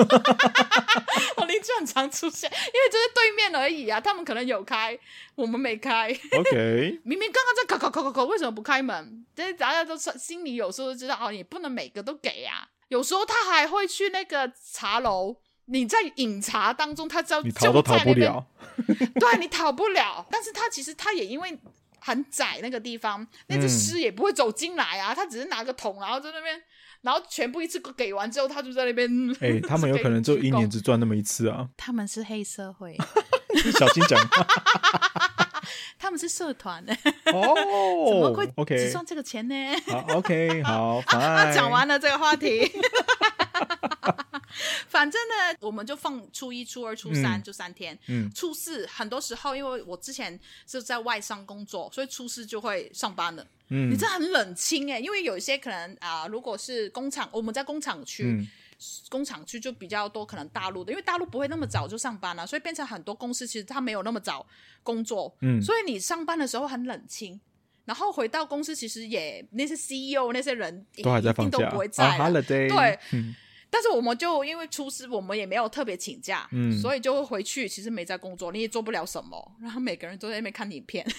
Speaker 2: 我邻居很常出现，因为就是对面而已啊，他们可能有开，我们没开。
Speaker 1: OK，
Speaker 2: 明明刚刚在咳咳咳咳咳，为什么不开门？这大家都是心里有时候就知道，哦，你不能每个都给啊。有时候他还会去那个茶楼，你在饮茶当中，他知道
Speaker 1: 你逃都逃不，
Speaker 2: 就在那边
Speaker 1: 了。
Speaker 2: 对你逃不了。但是他其实他也因为很窄那个地方，那只
Speaker 1: 嗯
Speaker 2: 狮也不会走进来啊，他只是拿个桶，然后在那边，然后全部一次给完之后，他就在那边。
Speaker 1: 哎、他们有可能就一年
Speaker 2: 鞠
Speaker 1: 只赚那么一次 啊，
Speaker 3: 他们是黑社会，
Speaker 1: 小心讲话
Speaker 3: 他们是社团，
Speaker 1: 哦。
Speaker 3: 怎么会只
Speaker 1: OK？
Speaker 3: 赚这个钱呢？
Speaker 1: 好，OK，好，
Speaker 2: 那
Speaker 1: 拜。
Speaker 2: 啊讲完了这个 话题，反正呢，我们就放初一、初二、初三、
Speaker 1: 嗯
Speaker 2: 就三天。
Speaker 1: 嗯
Speaker 2: 初四很多时候，因为我之前是在外商工作，所以初四就会上班了。
Speaker 1: 嗯，
Speaker 2: 你这很冷清哎、因为有一些可能啊、如果是工厂，我们在工厂区，
Speaker 1: 嗯
Speaker 2: 工厂区就比较多可能大陆的，因为大陆不会那么早就上班了、所以变成很多公司其实他没有那么早工作，
Speaker 1: 嗯
Speaker 2: 所以你上班的时候很冷清。然后回到公司，其实也那些 CEO 那些人也
Speaker 1: 都还在放
Speaker 2: 一定
Speaker 1: 假
Speaker 2: 都不会在了、
Speaker 1: 啊，holiday。
Speaker 2: 对
Speaker 1: 嗯，
Speaker 2: 但是我们就因为出师，我们也没有特别请假，
Speaker 1: 嗯
Speaker 2: 所以就会回去，其实没在工作，你也做不了什么。然后每个人都在那边看影片。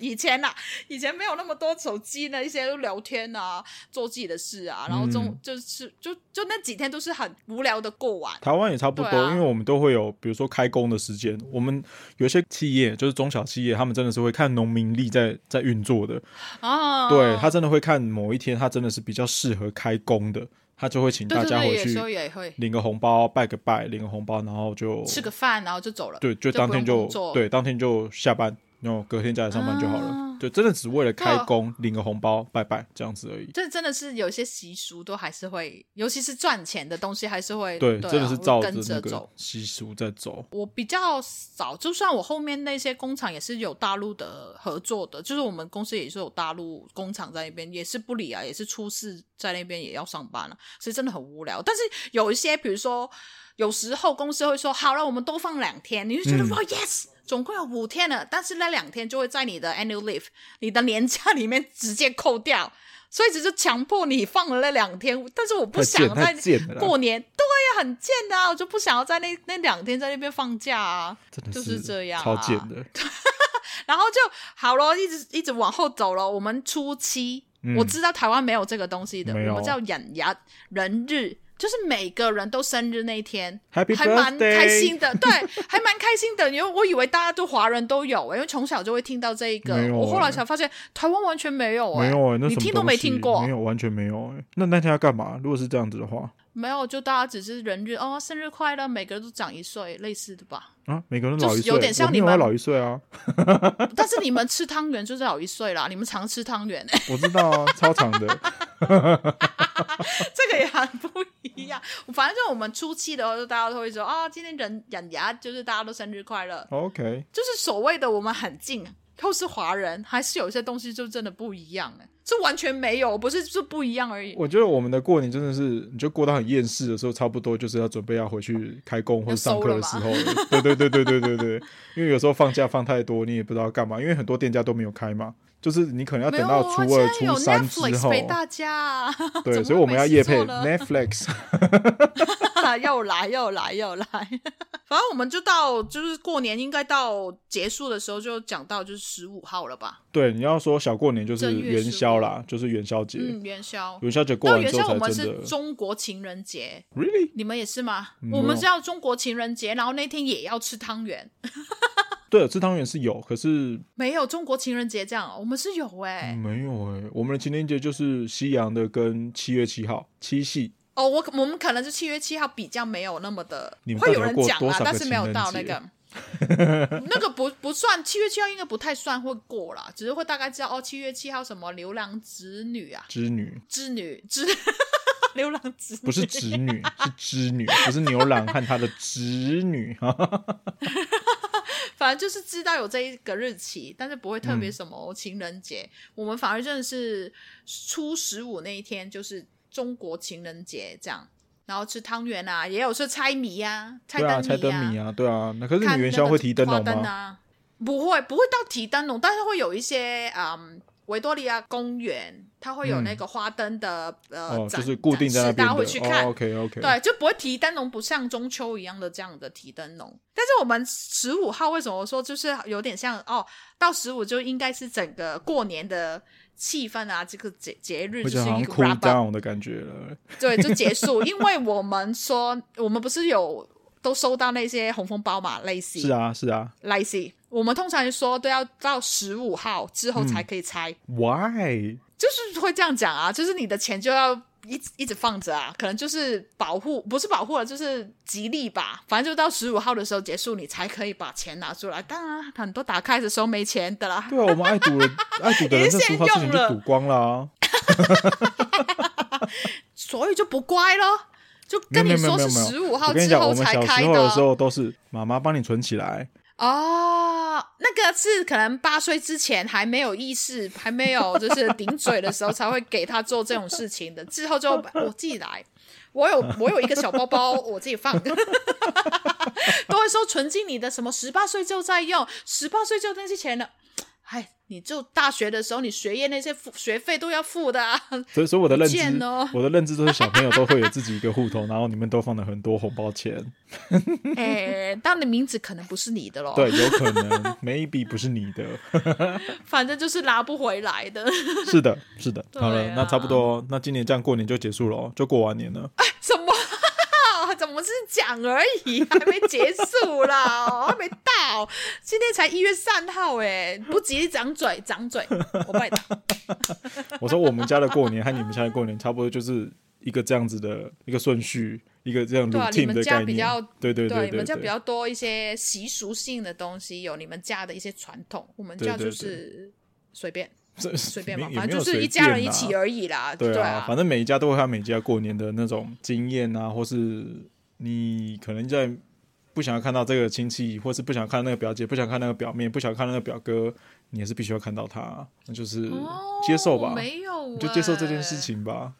Speaker 2: 以前呐、以前没有那么多手机呢，一些都聊天啊，做自己的事啊，然后中、
Speaker 1: 嗯
Speaker 2: 就是就就那几天都是很无聊的过完。
Speaker 1: 台湾也差不多，
Speaker 2: 对啊
Speaker 1: 因为我们都会有，比如说开工的时间，我们有一些企业就是中小企业，他们真的是会看农民力在在运作的，
Speaker 2: 啊，
Speaker 1: 对他真的会看某一天，他真的是比较适合开工的，他就会请
Speaker 2: 对
Speaker 1: 大
Speaker 2: 对
Speaker 1: 家
Speaker 2: 对，
Speaker 1: 回
Speaker 2: 有
Speaker 1: 去
Speaker 2: 时候也会
Speaker 1: 领个红包，拜个拜，领个红包，然后就
Speaker 2: 吃个饭，然后就走了。
Speaker 1: 对，就
Speaker 2: 就
Speaker 1: 当
Speaker 2: 不
Speaker 1: 天
Speaker 2: 用
Speaker 1: 就
Speaker 2: 工作
Speaker 1: 对，当天就下班，然后隔天再来上班就好了。
Speaker 2: 啊
Speaker 1: 对，真的只为了开
Speaker 2: 对啊
Speaker 1: 工领个红包，拜拜这样子而已。
Speaker 2: 这真的是有一些习俗都还是会，尤其是赚钱的东西还是会
Speaker 1: 对，
Speaker 2: 啊
Speaker 1: 真的是照
Speaker 2: 会
Speaker 1: 着
Speaker 2: 跟
Speaker 1: 那
Speaker 2: 着
Speaker 1: 个
Speaker 2: 走。
Speaker 1: 习俗在走。
Speaker 2: 我比较少，就算我后面那些工厂也是有大陆的合作的，就是我们公司也是有大陆工厂在那边，也是不理啊，也是出事在那边也要上班了、啊所以真的很无聊。但是有一些，比如说有时候公司会说好了，我们多放两天，你就觉得、
Speaker 1: 嗯
Speaker 2: 哇 yes，总共有五天了，但是那两天就会在你的 annual leave 你的年假里面直接扣掉，所以只是强迫你放了那两天，但是我不
Speaker 1: 太
Speaker 2: 想
Speaker 1: 贱
Speaker 2: 在
Speaker 1: 太贱了啦
Speaker 2: 过年，对呀、很贱的啊，我就不想要在那那两天在那边放假啊，
Speaker 1: 真的
Speaker 2: 就是这样啊
Speaker 1: 超贱的。
Speaker 2: 然后就好咯，一直一直往后走了。我们初期、
Speaker 1: 嗯
Speaker 2: 我知道台湾没有这个东西的，
Speaker 1: 没有
Speaker 2: 我们叫人牙人日。就是每个人都生日那一天
Speaker 1: Happy
Speaker 2: 还蛮
Speaker 1: birthday
Speaker 2: 开心的，欸对， 还蛮开心的。因为我以为大家都华人都有、因为从小就会听到这一个。
Speaker 1: 没有
Speaker 2: 我后来
Speaker 1: 欸
Speaker 2: 才发现，台湾完全没有、哎，
Speaker 1: 没有哎、那
Speaker 2: 你
Speaker 1: 什么
Speaker 2: 听都
Speaker 1: 东
Speaker 2: 没
Speaker 1: 西
Speaker 2: 听过，
Speaker 1: 没有，完全没有哎、那那天要干嘛？如果是这样子的话
Speaker 2: 没有，就大家只是人日哦，生日快乐，每个人都长一岁，类似的吧。
Speaker 1: 啊，每个人
Speaker 2: 就
Speaker 1: 都老一
Speaker 2: 是
Speaker 1: 岁，
Speaker 2: 有点像
Speaker 1: 我没有
Speaker 2: 你们
Speaker 1: 要老一岁啊，
Speaker 2: 但是你们吃汤圆就是老一岁啦，你们常吃汤圆、
Speaker 1: 我知道啊，超长的，
Speaker 2: 这个也很不一样。反正就我们初期的时候，大家都会说啊、今天人养牙就是大家都生日快乐，
Speaker 1: OK，
Speaker 2: 就是所谓的我们很近，都是华人，还是有一些东西就真的不一样哎、是完全没有，不是是不一样而已。
Speaker 1: 我觉得我们的过年真的是，你就过到很厌世的时候，差不多就是要准备要回去开工或者上课的时候了。对对对对对对对，因为有时候放假放太多，你也不知道干嘛，因为很多店家都没有开嘛，就是你可能要
Speaker 2: 没
Speaker 1: 等
Speaker 2: 有
Speaker 1: 到
Speaker 2: 啊，
Speaker 1: 初
Speaker 2: 现
Speaker 1: 二、
Speaker 2: 在有
Speaker 1: 初三之
Speaker 2: Netflix
Speaker 1: 后。
Speaker 2: 陪大家、 啊，怎
Speaker 1: 对，
Speaker 2: 么
Speaker 1: 所以我们要
Speaker 2: 会没
Speaker 1: 夜
Speaker 2: 事
Speaker 1: 配
Speaker 2: 做呢
Speaker 1: Netflix，
Speaker 2: 又来又来又来，反正我们就到就是过年应该到结束的时候就讲到就是十五号了吧，
Speaker 1: 对，你要说小过年就是
Speaker 2: 正月
Speaker 1: 元
Speaker 2: 十五
Speaker 1: 宵啦，就是元宵节，
Speaker 2: 嗯，元宵。
Speaker 1: 元宵节过
Speaker 2: 到
Speaker 1: 完
Speaker 2: 元
Speaker 1: 之
Speaker 2: 宵我
Speaker 1: 后
Speaker 2: 们
Speaker 1: 才真
Speaker 2: 是
Speaker 1: 的嗯
Speaker 2: 中国情人节，
Speaker 1: ，really
Speaker 2: 你们也是吗？
Speaker 1: 没有
Speaker 2: 我们是要中国情人节，然后那天也要吃汤圆。
Speaker 1: 对，吃汤圆是有，可是
Speaker 2: 没有中国情人节这样，哦我们是有哎、
Speaker 1: 没有哎、我们的情人节就是西洋的跟七月七号七夕，
Speaker 2: 哦，我可我们可能是七月七号比较没有那么的
Speaker 1: 你，们到
Speaker 2: 会
Speaker 1: 底
Speaker 2: 有人
Speaker 1: 要过
Speaker 2: 讲
Speaker 1: 多少，
Speaker 2: 啦
Speaker 1: 个
Speaker 2: 但是没有到
Speaker 1: 情
Speaker 2: 那
Speaker 1: 人节
Speaker 2: 个。那个不不算，七月七号应该不太算会过啦，只是会大概知道哦，七月七号什么牛郎织女啊，
Speaker 1: 织女
Speaker 2: 织女织 牛郎织女
Speaker 1: 不是织女，是织女，不是牛郎和他的织女哈哈哈
Speaker 2: 反正就是知道有这一个日期，但是不会特
Speaker 1: 嗯
Speaker 2: 别什么情人节。我们反而真的是初十五那一天，就是中国情人节这样，然后吃汤圆啊，也有说猜谜啊，猜
Speaker 1: 对
Speaker 2: 灯谜
Speaker 1: 啊，猜灯谜
Speaker 2: 啊，
Speaker 1: 啊，对啊。那可是你
Speaker 2: 看
Speaker 1: 们元宵会提灯笼
Speaker 2: 那个花
Speaker 1: 吗？
Speaker 2: 啊？不会，不会到提灯笼，但是会有一些嗯。维多利亚公园，它会有
Speaker 1: 嗯
Speaker 2: 那个花灯的、呃
Speaker 1: 哦，
Speaker 2: 展
Speaker 1: 就是固定在那
Speaker 2: 展示大
Speaker 1: 边
Speaker 2: 家
Speaker 1: 的。
Speaker 2: 会去看。
Speaker 1: 哦，OK OK。
Speaker 2: 对，就不会提灯笼，不像中秋一样的这样的提灯笼。但是我们十五号为什么说就是有点像哦，到十五就应该是整个过年的气氛啊，这个节节日
Speaker 1: 我
Speaker 2: 就
Speaker 1: 觉
Speaker 2: 是
Speaker 1: 得好
Speaker 2: 一
Speaker 1: 像
Speaker 2: 个
Speaker 1: cool
Speaker 2: wrap up，
Speaker 1: down 的感觉了。
Speaker 2: 对，就结束。因为我们说我们不是有都收到那些红封包嘛，类似
Speaker 1: 是啊，是啊。
Speaker 2: 类似，我们通常说都要到十五号之
Speaker 1: 嗯
Speaker 2: 后才可以拆，
Speaker 1: Why？
Speaker 2: 就是会这样讲啊，就是你的钱就要一直一直放着啊，可能就是保护，不是保护了，就是吉利吧。反正就到十五号的时候结束，你才可以把钱拿出来。当然，很多打开的时候没钱的啦。
Speaker 1: 对啊，我们爱赌人，爱赌的人在十五号之前
Speaker 2: 也先用
Speaker 1: 就
Speaker 2: 了
Speaker 1: 赌光了啊。
Speaker 2: 所以就不乖咯，就
Speaker 1: 没有
Speaker 2: 跟
Speaker 1: 没
Speaker 2: 你
Speaker 1: 有没有
Speaker 2: 说
Speaker 1: 没
Speaker 2: 是
Speaker 1: 有没
Speaker 2: 十
Speaker 1: 有，
Speaker 2: 五
Speaker 1: 我
Speaker 2: 号
Speaker 1: 跟你
Speaker 2: 之
Speaker 1: 讲，我
Speaker 2: 后
Speaker 1: 们
Speaker 2: 才
Speaker 1: 小
Speaker 2: 开
Speaker 1: 时候的时
Speaker 2: 的
Speaker 1: 候都是妈妈帮你存起来，
Speaker 2: 哦。那个是可能八岁之前还没有意识，还没有就是顶嘴的时候才会给他做这种事情的，之后就我自己来。我有我有一个小包包，我自己放。都会说存进你的什么十八岁就在用，十八岁就那些钱了。哎，你就大学的时候，你学业那些付学费都要付的、啊。
Speaker 1: 所以所以我的认知
Speaker 2: 贱哦，
Speaker 1: 我的认知都是小朋友都会有自己一个户头，然后里面都放了很多红包钱。
Speaker 2: 哎，但你名字可能不是你的咯。
Speaker 1: 对，，有可能 maybe 不是你的，
Speaker 2: 反正就是拿不回来的。
Speaker 1: 是的，是的。
Speaker 2: 对啊
Speaker 1: 好了，那差不多哦，那今年这样过年就结束了哦，就过完年了。
Speaker 2: 什么？ 怎么是讲而已，还没结束啦， 哦还没到，今天才一月三号哎，不吉利长嘴长嘴，我帮你打
Speaker 1: 我说我们家的过年和你们家的过年差不多就是一个这样子的一个顺序，一个这样
Speaker 2: 对啊
Speaker 1: routine
Speaker 2: 你
Speaker 1: 的
Speaker 2: 们家
Speaker 1: 概
Speaker 2: 比较
Speaker 1: 念。 对对
Speaker 2: 你们家比
Speaker 1: 对，
Speaker 2: 较多一些习俗性的东西，有你们家的一些传统，我们
Speaker 1: 对
Speaker 2: 家
Speaker 1: 对对
Speaker 2: 就是随便
Speaker 1: 这
Speaker 2: 随便嘛，
Speaker 1: 也
Speaker 2: 反
Speaker 1: 也没有
Speaker 2: 正就是
Speaker 1: 随
Speaker 2: 一家人
Speaker 1: 便
Speaker 2: 一
Speaker 1: 啦
Speaker 2: 起而已啦。
Speaker 1: 对
Speaker 2: 啊，
Speaker 1: 反正每一家都会有他每一家过年的那种经验啊，或是你可能在不想要看到这个亲戚，或是不想看那个表姐，不想看那个表妹，不想看那个表哥，你也是必须要看到 他，那就是接受吧，
Speaker 2: 哦没有、
Speaker 1: 你就接受这件事。情吧。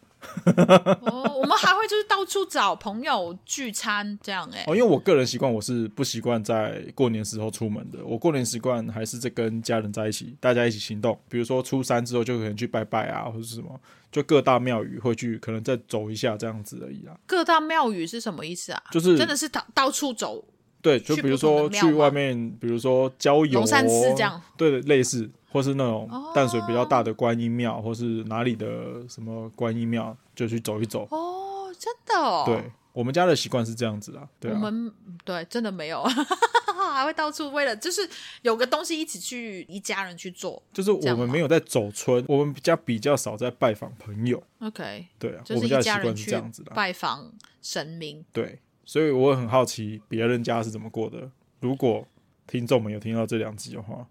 Speaker 2: 哦，我们还会就是到处找朋友聚餐这样哎、
Speaker 1: 哦，因为我个人习惯，我是不习惯在过年时候出门的。我过年习惯还是在跟家人在一起，大家一起行动。比如说初三之后就可能去拜拜啊，或者是什么，就各大庙宇会去，可能再走一下这样子而已啦。
Speaker 2: 各大庙宇是什么意思啊？
Speaker 1: 就是
Speaker 2: 真的是到到处走
Speaker 1: 对，就
Speaker 2: 去
Speaker 1: 比如
Speaker 2: 不同
Speaker 1: 说
Speaker 2: 的庙
Speaker 1: 去
Speaker 2: 吗
Speaker 1: 外面，比如说郊游，啊
Speaker 2: 龙山寺这样，
Speaker 1: 对，类似，或是那种
Speaker 2: 哦
Speaker 1: 淡水比较大的观音庙，或是哪里的什么观音庙，就去走一走。
Speaker 2: 哦，真的、哦。
Speaker 1: 对，我们家的习惯是这样子啊，对
Speaker 2: 我
Speaker 1: 啊，
Speaker 2: 们嗯对真的没有， 还会到处为了就是有个东西一起去一家人去做。
Speaker 1: 就是
Speaker 2: 这
Speaker 1: 我
Speaker 2: 样啊
Speaker 1: 们
Speaker 2: 吗
Speaker 1: 没有在走村，我们比较比较少在拜访朋友，
Speaker 2: OK，
Speaker 1: 对啊，
Speaker 2: 就
Speaker 1: 我
Speaker 2: 是
Speaker 1: 们家
Speaker 2: 一
Speaker 1: 的习
Speaker 2: 家人
Speaker 1: 惯是
Speaker 2: 去
Speaker 1: 这样子的啊，
Speaker 2: 拜访神明。
Speaker 1: 对，所以我很好奇别人家是怎么过的。如果听众们有听到这两集的话，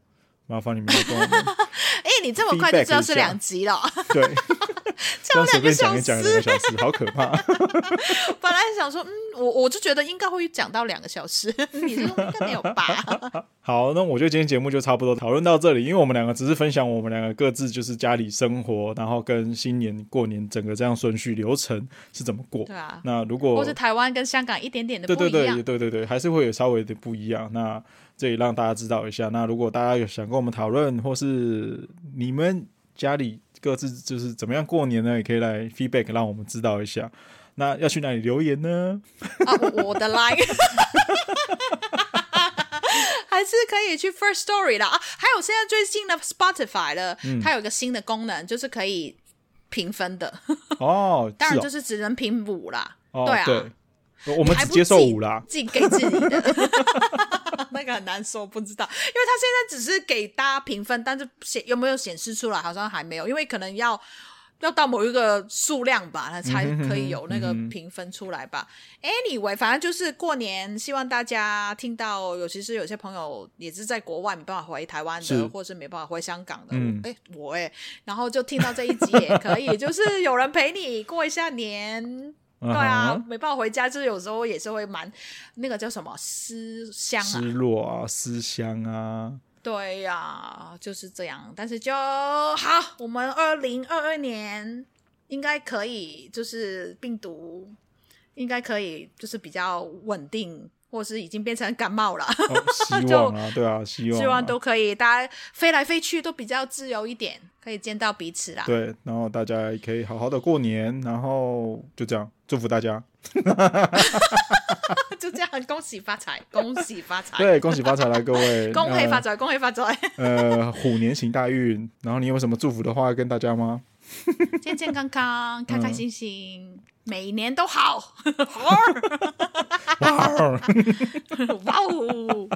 Speaker 1: 麻烦你们来跟我们
Speaker 2: 哎、你这么快就知道
Speaker 1: Feedback
Speaker 2: 是
Speaker 1: 一下
Speaker 2: 两集了，
Speaker 1: 对，这样随便讲一
Speaker 2: 小
Speaker 1: 讲两个小时，好可怕。
Speaker 2: 本来想说，嗯，我我就觉得应该会讲到两个小时， 你就说应该没有吧？
Speaker 1: 好，那我觉得今天节目就差不多讨论到这里，因为我们两个只是分享我们两个各自就是家里生活，然后跟新年过年整个这样顺序流程是怎么过。
Speaker 2: 对啊，
Speaker 1: 那如果
Speaker 2: 或者台湾跟香港一点点的
Speaker 1: 对
Speaker 2: 不
Speaker 1: 对
Speaker 2: 一
Speaker 1: 对
Speaker 2: 样
Speaker 1: 也。对对对，还是会有稍微的不一样。那这里让大家知道一下。那如果大家有想跟我们讨论，或是你们家里各自就是怎么样过年呢，也可以来 feedback 让我们知道一下。那要去哪里留言呢？
Speaker 2: 啊，我我的 line，还是可以去 First Story 啦。啊，还有现在最新的 Spotify 了，它有一个新的功能，就是可以评分的，
Speaker 1: 哦，
Speaker 2: 当
Speaker 1: 是
Speaker 2: 然
Speaker 1: 哦
Speaker 2: 就是只能评五啦。
Speaker 1: 哦
Speaker 2: 对啊，
Speaker 1: 对，我们
Speaker 2: 还
Speaker 1: 只
Speaker 2: 不
Speaker 1: 接受
Speaker 2: 自己
Speaker 1: 五啦。
Speaker 2: 自己给自己的。 那个很难说，不知道，因为他现在只是给大家评分，但是显有没有显示出来，好像还没有，因为可能要要到某一个数量吧，它才
Speaker 1: 嗯哼
Speaker 2: 可以有那个
Speaker 1: 嗯哼
Speaker 2: 评分出来吧。anyway，反正就是过年，希望大家听到，尤其是有些朋友也是在国外没办法回台湾
Speaker 1: 是
Speaker 2: 的，或是没办法回香港的，
Speaker 1: 嗯
Speaker 2: 哎、我哎、然后就听到这一集也可以，就是有人陪你过一下年，
Speaker 1: 对
Speaker 2: 对啊，没办法回家，就是有时候也是会蛮那个叫什么思乡啊，
Speaker 1: 失落啊，思乡啊，
Speaker 2: 对呀、就是这样。但是就好，我们二零二二年应该可以，就是病毒应该可以，就是比较稳定，或是已经变成感冒了，
Speaker 1: 哦、希望啊，对啊，希望、啊，
Speaker 2: 希望都可以，大家飞来飞去都比较自由一点，可以见到彼此啦。
Speaker 1: 对，然后大家也可以好好的过年，然后就这样，祝福大家，
Speaker 2: 就这样，恭喜发财，恭喜发财，
Speaker 1: 对，嗯恭喜发财啦，各位，
Speaker 2: 哎 恭喜发财，恭喜发财。
Speaker 1: 呃，呃，虎年行大运。然后你有什么祝福的话跟大家吗？
Speaker 2: 健健康康，开开心心，每一年都好， 好，
Speaker 1: 哇哦！
Speaker 2: 哇哦！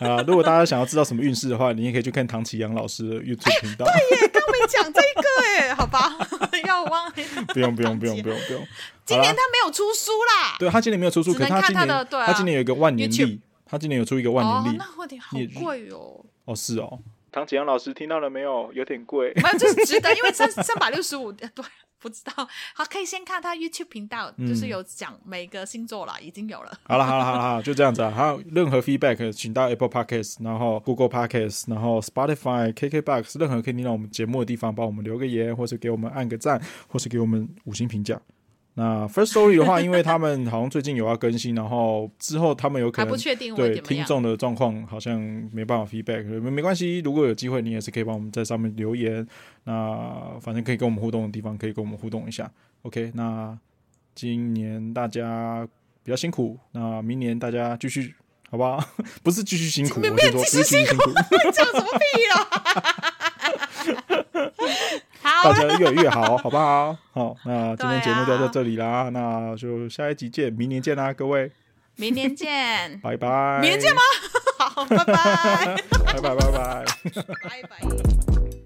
Speaker 1: 啊，如果大家想要知道什么运势的话，你也可以去看唐启阳老师的 YouTube 频
Speaker 2: 哎
Speaker 1: 道。
Speaker 2: 刚没讲这个哎，好吧， 要忘。
Speaker 1: 不用 不用不用
Speaker 2: 唐
Speaker 1: 不用不用，
Speaker 2: 今
Speaker 1: 好
Speaker 2: 年
Speaker 1: 啦
Speaker 2: 他没有出书啦，
Speaker 1: 对他今年没有出书，
Speaker 2: 只
Speaker 1: 可
Speaker 2: 能
Speaker 1: 是他
Speaker 2: 看
Speaker 1: 今
Speaker 2: 他
Speaker 1: 年
Speaker 2: 的对啊
Speaker 1: 他今年有一个万年
Speaker 2: YouTube
Speaker 1: 历，他今年有出一个万
Speaker 2: 哦
Speaker 1: 年历，
Speaker 2: 那有点好
Speaker 1: 啊你
Speaker 2: 贵哦，
Speaker 1: 哦是哦。唐启阳老师听到了没有？有点贵。
Speaker 2: 没有，就是值得，因为三三百六十五 对。不知道，好，可以先看他 YouTube 频道，就是有讲每个星座啦，已经有了。
Speaker 1: 好了，好了，好了，好了，就这样子啊。还有任何 feedback，请到 Apple Podcast，然后 Google Podcast，然后 Spotify、KKBox，任何可以听到我们节目的地方，帮我们留个言，或是给我们按个赞，或是给我们五星评价。那 First Story 的话，因为他们好像最近有要更新，然后之后他们有可
Speaker 2: 还
Speaker 1: 能
Speaker 2: 不确定会
Speaker 1: 对
Speaker 2: 怎么
Speaker 1: 听
Speaker 2: 样，
Speaker 1: 众的状况好像没办法 feedback，没没关系，如果有机会，你也是可以帮我们在上面留言。那反正可以跟我们互动的地方，可以跟我们互动一下。OK，那今年大家比较辛苦，那明年大家继续，好不好？ 不是继续辛苦，
Speaker 2: 没有
Speaker 1: 我是说
Speaker 2: 没有
Speaker 1: 不
Speaker 2: 继
Speaker 1: 是
Speaker 2: 续
Speaker 1: 继续辛苦，
Speaker 2: 讲什么屁啦！
Speaker 1: 大
Speaker 2: 好啦，
Speaker 1: 家越来越好，好不好？好，那今天节
Speaker 2: 对啊
Speaker 1: 目就到这里啦，那就下一集见，明年见啦，各位，
Speaker 2: 明年见，
Speaker 1: 拜拜，
Speaker 2: 明年见吗？好，拜拜，
Speaker 1: 拜拜，拜拜。
Speaker 2: 拜拜。